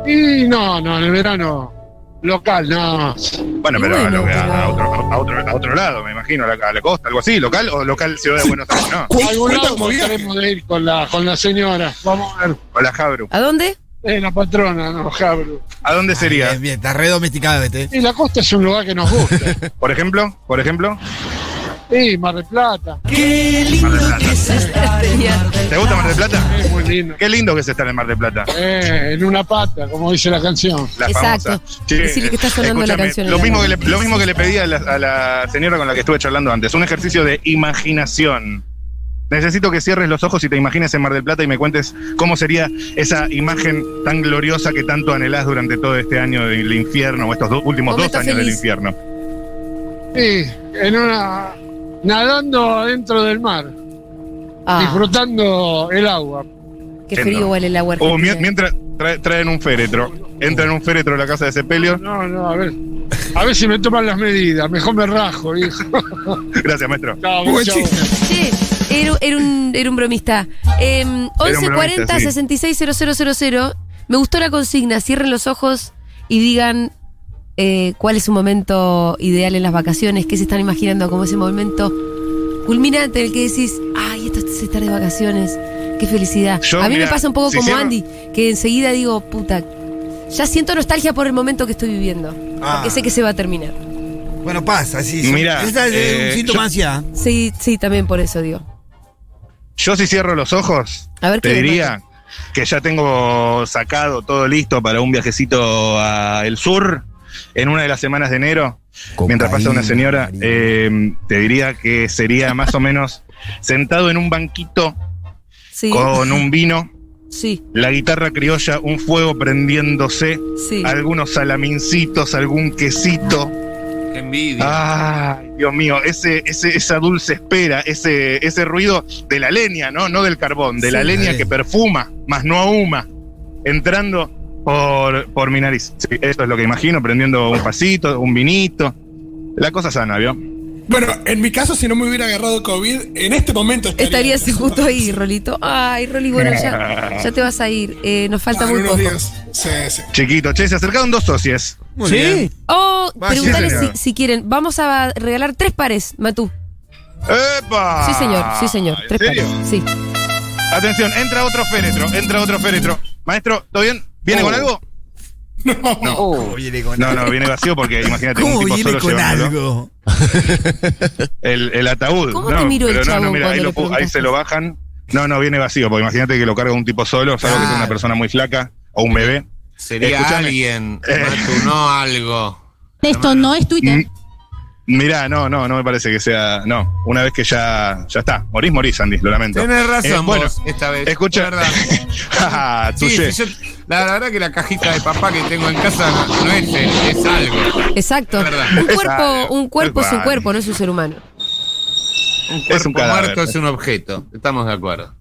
F: Y no, no, en el verano local, no.
E: Bueno,
A: Y
E: pero, a,
A: bueno,
E: lo que- a-
A: pero-
E: a otro, a, otro, a otro lado, me imagino, a la, a la costa, algo así, local o local Ciudad de Buenos Aires, ¿no?
B: Cu-
F: A algún
B: cuenta
F: lado
B: como viaje.
F: tenemos de ir con la, con la señora. Vamos a ver.
E: O la Jabru.
A: ¿A dónde?
F: Eh, la patrona, no, Jabru.
E: ¿A dónde sería?
C: Bien, bien, está re domesticado este.
F: Y la costa es un lugar que nos gusta.
E: Por ejemplo, por ejemplo.
F: Y Mar del Plata.
E: Mar del Plata.
A: Tenía-
E: ¿Te gusta Mar del Plata?
F: Es muy lindo.
E: Qué lindo que es estar en Mar del Plata.
F: Eh, en una pata, como dice la canción.
E: La
A: Exacto.
E: famosa. Che,
A: Decirle que está sonando la
E: escúchame,
A: canción en
E: Lo
A: la
E: mismo, que le,
A: radio.
E: lo mismo que le pedí a la, a la señora con la que estuve charlando antes. Un ejercicio de imaginación. Necesito que cierres los ojos y te imagines en Mar del Plata y me cuentes cómo sería esa imagen tan gloriosa que tanto anhelás durante todo este año del infierno o estos dos- últimos dos
A: Momento
E: años del
A: feliz.
E: infierno.
F: Y en una. Nadando adentro del mar,
A: Ah,
F: disfrutando el agua.
A: qué frío huele el agua.
E: O
A: argentina. ¿eh?
E: mie- mientras tra- traen un féretro. Entra en un féretro a la casa de Sepelio.
F: No, no, a ver. A ver si me toman las medidas. Mejor me rajo, viejo.
E: Gracias, maestro.
F: Chao,
B: Buen
F: chao.
B: chiste.
A: Che, era, era un, era un bromista. Eh,
E: un bromista, sí.
A: 1140-660000. Me gustó la consigna. Cierren los ojos y digan eh, cuál es su momento ideal en las vacaciones. ¿Qué se están imaginando como ese momento culminante en el que decís, ay, esto es estar de vacaciones? ¡Qué felicidad!
E: Yo,
A: A mí
E: mirá,
A: me pasa un poco
E: si
A: como
E: cierro-
A: Andy, que enseguida digo, puta, ya siento nostalgia por el momento que estoy viviendo.
C: Ah.
A: Porque sé que se va a terminar.
C: Bueno, pasa, sí. sí.
E: Mirá,
C: Esa es
E: eh,
C: un síntoma
E: yo-
C: de ansiedad.
A: Sí, sí, también por eso digo.
E: Yo si cierro los ojos,
A: A ver
E: te
A: qué le
E: diría que ya tengo sacado todo listo para un viajecito al sur en una de las semanas de enero. mientras pasa una señora,
C: Cocaína,
E: eh, te diría que sería más o menos sentado en un banquito
A: Sí,
E: con un vino,
A: sí,
E: la guitarra criolla, un fuego prendiéndose,
A: sí.
E: algunos salamincitos, algún quesito.
D: Qué
F: Ah,
D: envidia.
E: Ay, Dios mío, ese, ese, esa dulce espera, ese, ese ruido de la leña, ¿no? No del carbón, de
A: Sí.
E: la leña
C: Sí.
E: que perfuma, más no ahuma, entrando por, por mi nariz. Sí, eso es lo que imagino, prendiendo un pasito, un vinito. La cosa sana, ¿vio?
B: Bueno, en mi caso, si no me hubiera agarrado COVID, en este momento estaría. Ah,
A: Estarías justo ahí, Rolito. Ay, Roli, bueno, ya, ya te vas a ir. Eh, nos falta
B: Ah, en
A: muy
B: unos
A: poco.
B: días. Sí, sí.
E: Chiquito, che, se acercaron dos socias.
C: Muy
H: ¿Sí?
C: bien.
A: Oh,
C: Vaya,
A: preguntale si,
E: señora.
A: si quieren. Vamos a regalar tres pares, Matú.
E: ¡Epa!
A: Sí, señor, sí, señor.
E: Ah, ¿En
A: Tres
E: serio?
A: pares. Sí.
E: Atención, entra otro féretro, entra otro féretro. Maestro, ¿todo bien? ¿Viene con algo?
C: ¿Cómo viene con
E: Oh. No, no, viene vacío porque imagínate
C: ¿Cómo
E: un tipo
C: viene
E: solo
C: con
E: llevándolo.
C: algo?
E: El, el ataúd.
A: ¿Cómo
E: no,
A: te miró el
E: pero no,
A: chabón
E: no, mira, ahí,
A: cuando le
E: lo pu- ahí se
A: preguntaste?
E: lo bajan. No, no, viene vacío, porque imagínate que lo carga un tipo solo, salvo que sea una
C: Claro.
E: persona muy flaca o un bebé.
D: Sería
E: escúchame.
D: alguien,
E: Eh.
D: Matu, no algo.
I: Esto no es Twitter.
E: Mm, Mirá, no, no, no me parece que sea. No, una vez que ya, ya está. Morís, morís, Andy, lo lamento.
D: Tenés razón
E: Eh, bueno,
D: vos, esta vez.
E: escucha- Ah,
D: Es verdad.
E: Ja, ja,
D: Sí,
E: touché.
D: sí, yo La, la verdad que la cajita de papá que tengo en casa no, no es él, es algo.
A: Exacto.
D: Es verdad.
A: Un
E: Es
A: cuerpo,
E: algo,
A: un cuerpo es un
E: igual.
A: cuerpo, no es un ser humano.
D: Un
E: Es
D: cuerpo
E: un cadáver.
D: muerto es un objeto. Estamos de acuerdo.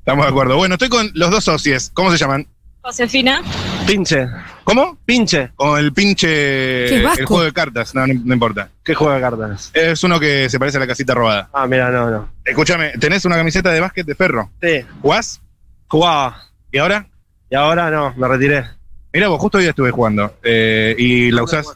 E: Estamos de acuerdo. Bueno, estoy con los dos socios. ¿Cómo se llaman?
G: Josefina.
H: Pinche,
E: ¿Cómo?
H: pinche.
E: Con el pinche.
A: ¿Qué es vasco?
E: el juego de cartas. No, no, no importa.
H: ¿Qué juega de cartas?
E: Es uno que se parece a la casita robada.
H: Ah, mira, no, no.
E: Escúchame, tenés una camiseta de básquet de ferro.
H: Sí,
E: ¿Jugás?
H: jugaba.
E: ¿Y ahora?
H: Y ahora no, me retiré.
E: Mira, vos justo hoy estuve jugando. eh, y la usás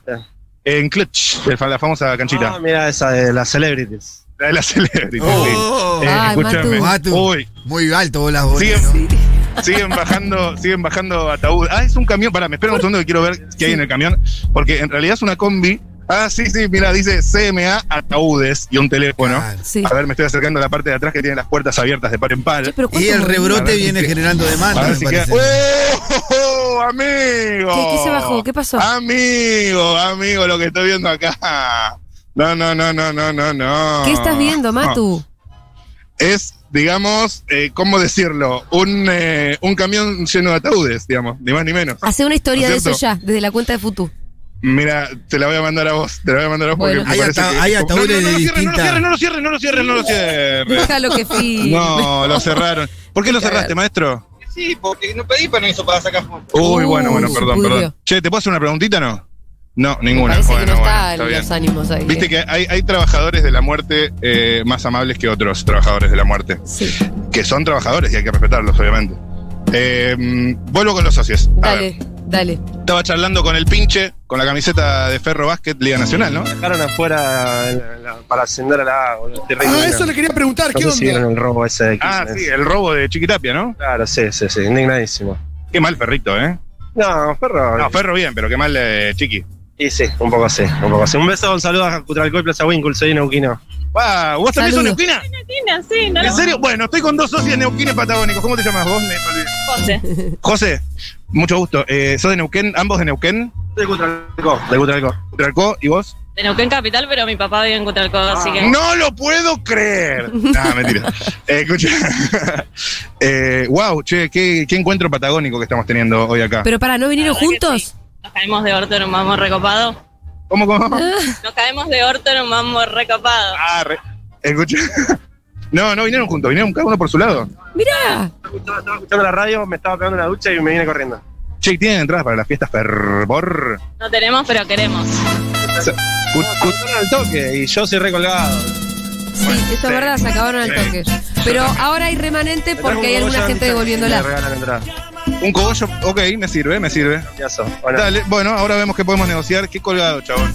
E: en Clutch, de fa- la famosa
H: Ah,
E: canchita.
H: mira esa de las celebrities.
E: La de la celebrity. sí.
C: Oh,
E: Eh,
A: Ay,
E: escúchame.
C: Matu.
E: Uy,
C: Muy alto vos las bolas.
E: siguen,
C: ¿no?
E: siguen bajando, siguen bajando ataúd. Ah, es un camión. Pará, me espera un segundo que quiero ver qué hay en el camión. Porque en realidad es una combi. Ah, sí, sí, mira, dice CMA ataúdes y un teléfono.
C: Claro.
A: Sí.
E: A ver, me estoy acercando a la parte de atrás que tiene las puertas abiertas de par en par.
A: Che, pero
C: Y
A: ¿cuánto
C: el
A: movimiento?
E: A ver
C: rebrote
E: si
C: viene
E: queda-
C: generando demanda,
E: A ver
C: me
E: si
C: parece.
E: queda- ¡Oh, amigo!
A: ¿Qué- qué se bajó? ¿Qué pasó?
E: Amigo, amigo, lo que estoy viendo acá. No, no, no, no, no, no, no.
A: ¿Qué estás viendo, Matu?
E: Es, digamos, eh, ¿cómo decirlo? Un, eh, un camión lleno de ataúdes, digamos, ni más ni menos.
A: Hace una historia
E: ¿No
A: de
E: es
A: eso ya, desde la cuenta de Futu.
E: Mira, te la voy a mandar a vos, te la voy a mandar a vos
A: Bueno.
E: porque me
C: Hay
E: parece
C: ata-
E: que...
C: hay
E: No, no,
C: ataúdes de distinta-
E: no, lo cierres, no lo cierres, no lo cierres, no lo cierres.
A: Déjalo que fui.
E: No, lo cerraron. ¿Por qué lo cerraste, maestro?
I: Sí, porque no pedí permiso para sacar fotos.
E: Uy,
A: Uh,
E: bueno, bueno,
A: se
E: perdón,
A: pudrió.
E: perdón. Che, ¿te puedo hacer una preguntita no? No,
A: Me
E: ninguna.
A: Parece
E: Bueno,
A: que no
E: bueno,
A: está
E: está
A: en
E: bien.
A: los ánimos ahí.
E: Viste
A: eh.
E: que hay, hay trabajadores de la muerte eh, más amables que otros trabajadores de la muerte,
A: Sí.
E: que son trabajadores y hay que respetarlos, obviamente. Eh, mm, vuelvo con los socios. A
A: Dale,
E: ver,
A: dale.
E: estaba charlando con el pinche, con la camiseta de Ferro Basket, Liga Nacional, ¿no?
H: Sacaron afuera en la- para ascender a la A, boludo. terrible.
B: Ah, eso le quería preguntar,
H: No
B: ¿qué
H: sé si
B: onda?
H: vieron el robo ese de
E: Ah,
H: Kirchner.
E: sí, el robo de Chiquitapia, ¿no?
H: Claro, sí, sí, sí, indignadísimo.
E: Qué mal perrito, ¿eh?
H: No, perro.
E: No, Ferro bien, pero qué mal eh, Chiqui.
H: Y sí, un poco así, un poco así. Un beso, un saludo a Cutralcó y Plaza Winkle, soy neuquino.
E: Ah, ¿Vos también sos
A: Saludos.
E: neuquina?
G: sí, no
E: ¿En serio? Bueno, estoy con dos socios neuquines patagónicos. ¿Cómo te llamas vos? Me- me olvidé. José, mucho gusto. Eh, ¿Sos de Neuquén? ¿Ambos de Neuquén?
H: De Cutralcó, de Cutralcó.
E: ¿Tralcó? ¿Y vos?
G: De Neuquén Capital, pero mi papá vive en Cutralcó, así que.
E: ¡No lo puedo creer! Ah, mentira. Eh, escucha. eh, wow, che, qué, qué encuentro patagónico que estamos teniendo hoy acá.
A: Pero para, ¿no vinieron
G: La verdad que
A: juntos?
G: sí. Nos caemos de orto en un mambo recopado.
E: ¿Cómo, cómo?
G: Nos caemos de orto en un mambo recopado.
E: Ah, re- Escucha. No, no vinieron juntos, vinieron cada uno por su lado.
A: Mirá,
H: Estaba, estaba escuchando la radio, me estaba pegando una ducha y me vine corriendo.
E: Che, ¿tienen entradas para las fiestas fervor?
G: No tenemos, pero queremos.
E: Cu- cu-
H: Cortaron al toque y yo soy recolgado.
A: sí, eso es verdad, se acabaron al toque. Pero ahora hay remanente porque hay alguna gente
H: Me
A: devolviéndola.
H: regalan entrada.
E: Un cogollo, ok, me sirve, me sirve.
H: Gracias. Bueno,
E: Dale, bueno, ahora vemos qué podemos negociar. Qué colgado, chabón.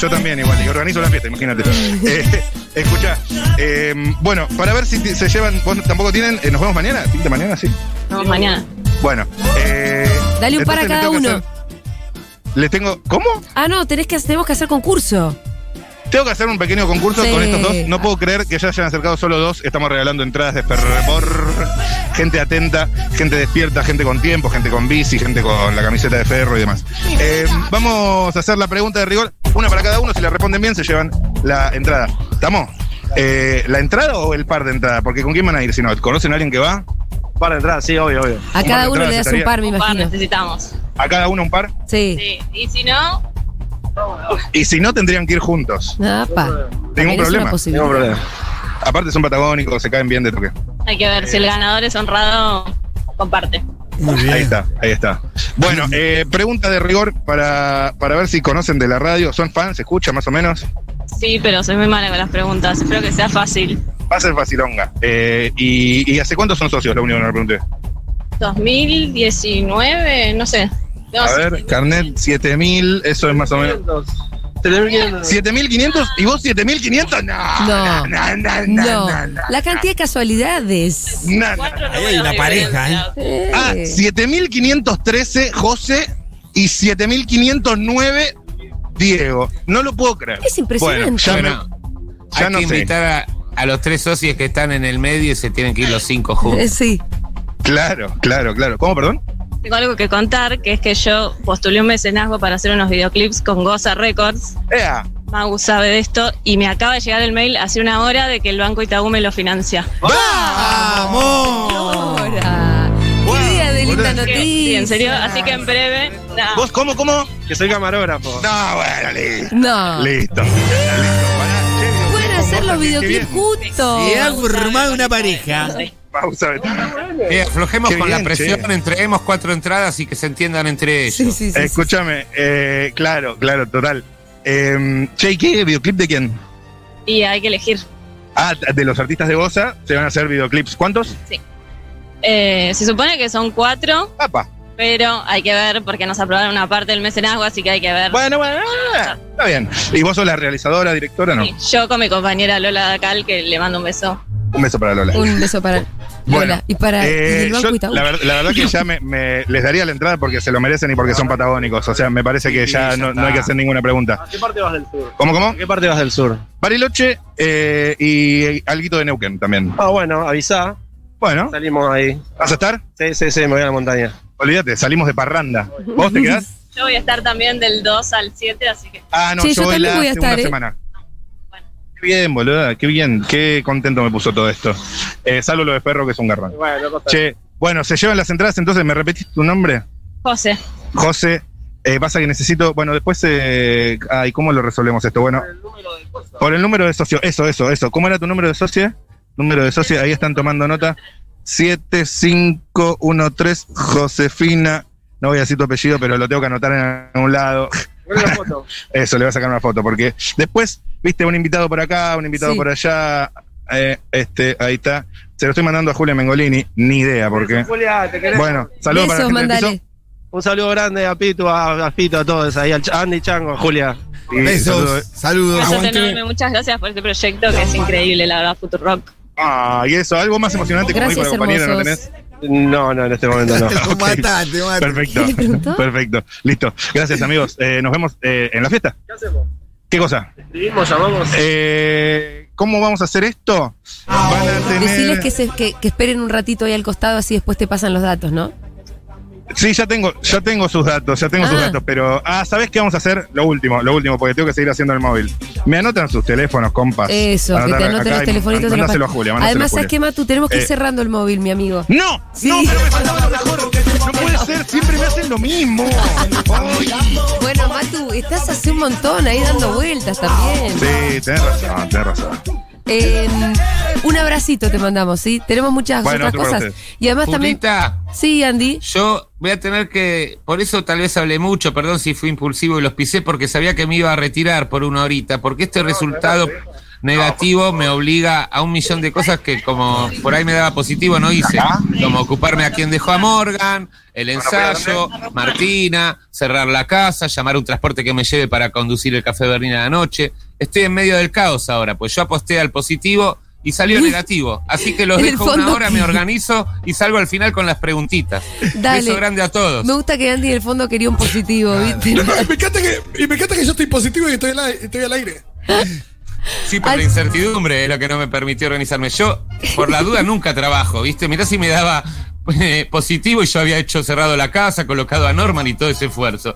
E: Yo también, igual, y organizo la fiesta, imagínate. Eh, escucha, eh, bueno, para ver si ti- se llevan, vos tampoco tienen, eh, nos vemos mañana, fin de mañana, sí.
G: Nos vemos mañana.
E: Bueno, eh,
A: Dale un par a
E: entonces les
A: cada
E: tengo que
A: uno.
E: hacer- les tengo, ¿cómo?
A: Ah, no, tenés que, tenemos que hacer concurso.
E: Tengo que hacer un pequeño concurso
A: Sí.
E: con estos dos. No puedo creer que ya hayan acercado solo dos. Estamos regalando entradas de Ferrebor. Gente atenta, gente despierta, gente con tiempo, gente con bici, gente con la camiseta de ferro y demás. Eh, vamos a hacer la pregunta de rigor. Una para cada uno. Si la responden bien, se llevan la entrada. ¿Estamos? Eh, ¿La entrada o el par de entrada? Porque ¿con quién van a ir si no? ¿Conocen a alguien que va?
H: par de entrada, sí, obvio, obvio.
A: A
E: Bueno,
A: cada uno
E: claro,
A: le das un
E: estaría-
A: par, me
G: Un par
A: imagino.
G: necesitamos.
E: ¿A cada uno un par?
A: Sí.
G: Sí. Y si no,
E: Y si no, tendrían que ir juntos.
A: Apa. También es una
E: problema.
H: Ningún
A: posibilidad.
H: problema.
E: Aparte son patagónicos, se caen bien de toque.
G: hay que ver si el ganador es honrado, comparte.
C: Muy bien.
E: Ahí está, ahí está. Bueno, eh, pregunta de rigor para, para ver si conocen de la radio. ¿Son fans? ¿Se escucha más o menos?
G: Sí, pero soy muy mala con las preguntas. Espero que sea fácil.
E: Va a ser facilonga. Eh, y, y hace cuántos son socios? La unión, no le pregunté.
G: 2019, no sé. No,
E: A
G: sí.
E: ver, carnet 7000, eso es más o menos. 7500 y vos 7500? No.
A: No.
E: No, no,
A: No,
E: no, no,
A: la cantidad de casualidades.
E: no, Ah, no.
G: Cuatro
C: Ahí hay
G: números
C: una
G: de
C: pareja,
G: diferencia.
A: Eh.
E: Ah, 7513 José y 7509 Diego. No lo puedo creer.
A: Es impresionante.
E: Bueno, ya me-
D: Bueno,
E: ya
D: hay
E: no
D: que
E: sé.
D: invitar a, a los tres socios que están en el medio y se tienen que ir los cinco
A: Eh,
D: juntos.
A: Sí.
E: Claro, claro, claro. ¿Cómo, perdón?
G: Tengo algo que contar, que es que yo postulé un mecenazgo para hacer unos videoclips con Goza Records.
E: Ea.
G: Magu sabe de esto y me acaba de llegar el mail hace una hora de que el Banco Itaú me lo financia.
C: ¡Vamos!
A: Ahora. ¡Qué día de
C: Bueno,
A: linda
G: Así que,
A: noticia.
G: sí, en serio, así que en breve. nada.
H: ¿Vos cómo, cómo? Ah. Que soy camarógrafo.
E: No, bueno, listo.
A: No.
E: Ah. Listo.
A: Pueden hacer los videoclips
E: videoclips
A: juntos.
C: Se ha formado una pareja.
G: Sí.
E: Pausa.
D: Eh, aflojemos
E: Qué
D: con la
E: bien,
D: presión,
E: che.
D: entreguemos cuatro entradas y que se entiendan entre ellos.
A: Sí, sí, sí. sí.
E: Escúchame, eh, claro, claro, total. Eh, che, ¿y ¿qué videoclip de quién?
G: Y hay que elegir.
E: Ah, de los artistas de Bosa se van a hacer videoclips. ¿Cuántos?
G: Eh, se supone que son cuatro,
E: Apa.
G: pero hay que ver porque nos aprobaron una parte del mecenazgo, así que hay que ver.
E: Bueno, bueno, ah, está bien. ¿Y vos sos la realizadora, directora? No.
G: Sí, yo con mi compañera Lola Dacal, que le mando un beso.
E: Un beso para Lola.
A: Un beso para Lola.
E: Bueno,
A: y para
E: Eh,
A: y el
E: yo,
A: banco Itaú.
E: la, ver- la verdad que ya me, me- les daría la entrada porque se lo merecen y porque son patagónicos. O sea, me parece que
D: Sí,
E: ya
D: ya
E: no,
D: está.
E: no hay que hacer ninguna pregunta.
H: ¿A qué parte vas del sur?
E: ¿Cómo,
H: ¿A
E: cómo?
H: qué parte vas del sur?
E: Bariloche eh, y alguito de Neuquén también.
H: Ah, bueno, avisá.
E: Bueno,
H: Salimos ahí.
E: ¿vas a estar?
H: Sí, sí, sí, me voy a la montaña.
E: Olvídate, salimos de parranda. ¿Vos te quedás?
G: Yo voy a estar también del 2 al 7, así que
E: Ah, no,
A: Sí, yo
E: yo, voy
A: también
E: la
A: voy a
E: segunda
A: estar, ¿eh?
E: semana.
G: bueno.
E: Qué bien, boluda, qué bien. Qué contento me puso todo esto. Eh, salvo lo de perro que es un garrón.
H: Bueno,
E: Che, bueno, se llevan las entradas entonces. ¿Me repetís tu nombre?
G: José,
E: José, eh, pasa que necesito, bueno, después, eh, ay, ¿cómo lo resolvemos esto? Bueno, por el número de socio, eso, eso, eso. ¿Cómo era tu número de socio? Número de socio, ahí están tomando nota. 7513 Josefina, no voy a decir tu apellido, pero lo tengo que anotar en algún lado. Eso, le voy a sacar una foto, porque después, viste, un invitado por acá, un invitado
A: Sí.
E: por allá, eh, este, ahí está. Se lo estoy mandando a Julia Mengolini, ni idea, porque...
H: Julia, te queremos.
E: Bueno, saludos para la
A: Besos,
E: gente del piso.
A: mandale.
H: Un saludo grande a Pitu, a, a Fito, a todos, ahí, al Ch- Andy Chango, Julia.
E: Y saludos.
C: Besos, saludos.
G: beso enorme, muchas gracias por este proyecto que es increíble, la verdad, Futuro Rock.
E: Ah, y eso, algo más emocionante que morir
A: Gracias,
E: por la compañera, ¿no tenés?
A: hermosos.
H: No, no, en este momento no.
E: Ok.
C: Matate, matate.
E: Perfecto.
A: ¿Qué le preguntó?
E: Perfecto. Listo. Gracias, amigos. Eh, nos vemos eh, en la fiesta.
H: ¿Qué hacemos?
E: ¿Qué cosa?
H: ¿Escribimos, llamamos?
E: Eh, ¿Cómo vamos a hacer esto? Van a
A: Deciles Ah, que,
E: tener.
A: se- que- que esperen un ratito ahí al costado, así después te pasan los datos, ¿no?
E: Sí, ya tengo, ya tengo sus datos, ya tengo sus
A: Ah.
E: datos, pero. Ah, ¿sabés qué vamos a hacer? Lo último, lo último, porque tengo que seguir haciendo el móvil. Me anotan sus teléfonos, compas.
A: Eso, que te
E: Anotan
A: anoten
E: acá
A: los
E: y
A: telefonitos. de los
E: Mandáselo a
A: pa-
E: Julia, mandáselo
A: Además,
E: a
A: ¿sabes
E: Julia.
A: qué, Matu? Tenemos que ir
E: Eh.
A: cerrando el móvil, mi amigo.
E: ¡No!
A: Sí.
E: ¡No! Pero me faltaba lo mejor. ¡No puede ser! ¡Siempre me hacen lo mismo! Ay.
A: Bueno, Matu, estás hace un montón ahí dando vueltas también.
E: Sí, tenés razón, tenés razón.
A: Eh, un abracito te mandamos, ¿sí? Tenemos muchas
E: Bueno, otro
A: otras
E: para
A: cosas.
E: ustedes.
A: Y además también.
D: Putita,
A: Sí, Andy.
D: yo voy a tener que. Por eso tal vez hablé mucho, perdón si fui impulsivo y los pisé, porque sabía que me iba a retirar por una horita, porque este resultado negativo me obliga a un millón de cosas que, como por ahí me daba positivo, no hice. Como ocuparme a quien dejó a Morgan, el ensayo, Martina, cerrar la casa, llamar un transporte que me lleve para conducir el café Bernina de la noche. Estoy en medio del caos ahora, pues yo aposté al positivo. Y salió negativo. Así que los
A: En el
D: dejo
A: fondo-
D: una hora, me organizo y salgo al final con las preguntitas.
A: Dale.
D: Beso grande a todos.
A: Me gusta que Andy en el fondo quería un positivo, ¿viste?
B: Y me encanta que, y me encanta que yo estoy positivo y estoy al, ai- estoy al aire.
D: Sí, por
A: Al-
D: la incertidumbre es lo que no me permitió organizarme. Yo, por la duda, nunca trabajo, ¿viste? Mirá si me daba eh, positivo y yo había hecho cerrado la casa, colocado a Norman y todo ese esfuerzo.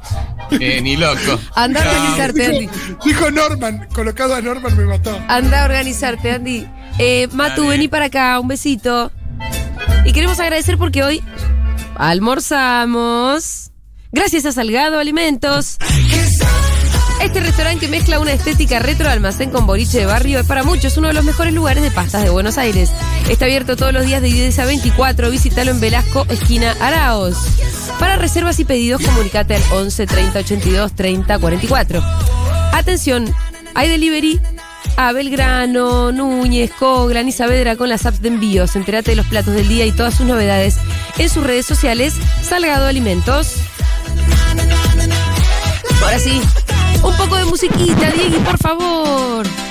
D: Eh, ni loco.
A: Andá a
D: Chao.
A: organizarte, Andy.
B: Dijo, dijo Norman, colocado a Norman me mató.
A: Anda a organizarte, Andy. Eh, Matu,
D: Dale.
A: vení para acá, un besito. Y queremos agradecer porque hoy almorzamos. Gracias a Salgado Alimentos. Este restaurante que mezcla una estética retro almacén con boliche de barrio es para muchos uno de los mejores lugares de pastas de Buenos Aires. Está abierto todos los días de 10 a 24. Visítalo en Velasco, esquina Araos. Para reservas y pedidos, comunicate al 11 30 82 30 44. Atención, hay delivery a Belgrano, Núñez, Coglan y Saavedra con las apps de envíos. Entérate de los platos del día y todas sus novedades en sus redes sociales. Salgado Alimentos. Ahora sí, un poco de musiquita, Diego, por favor.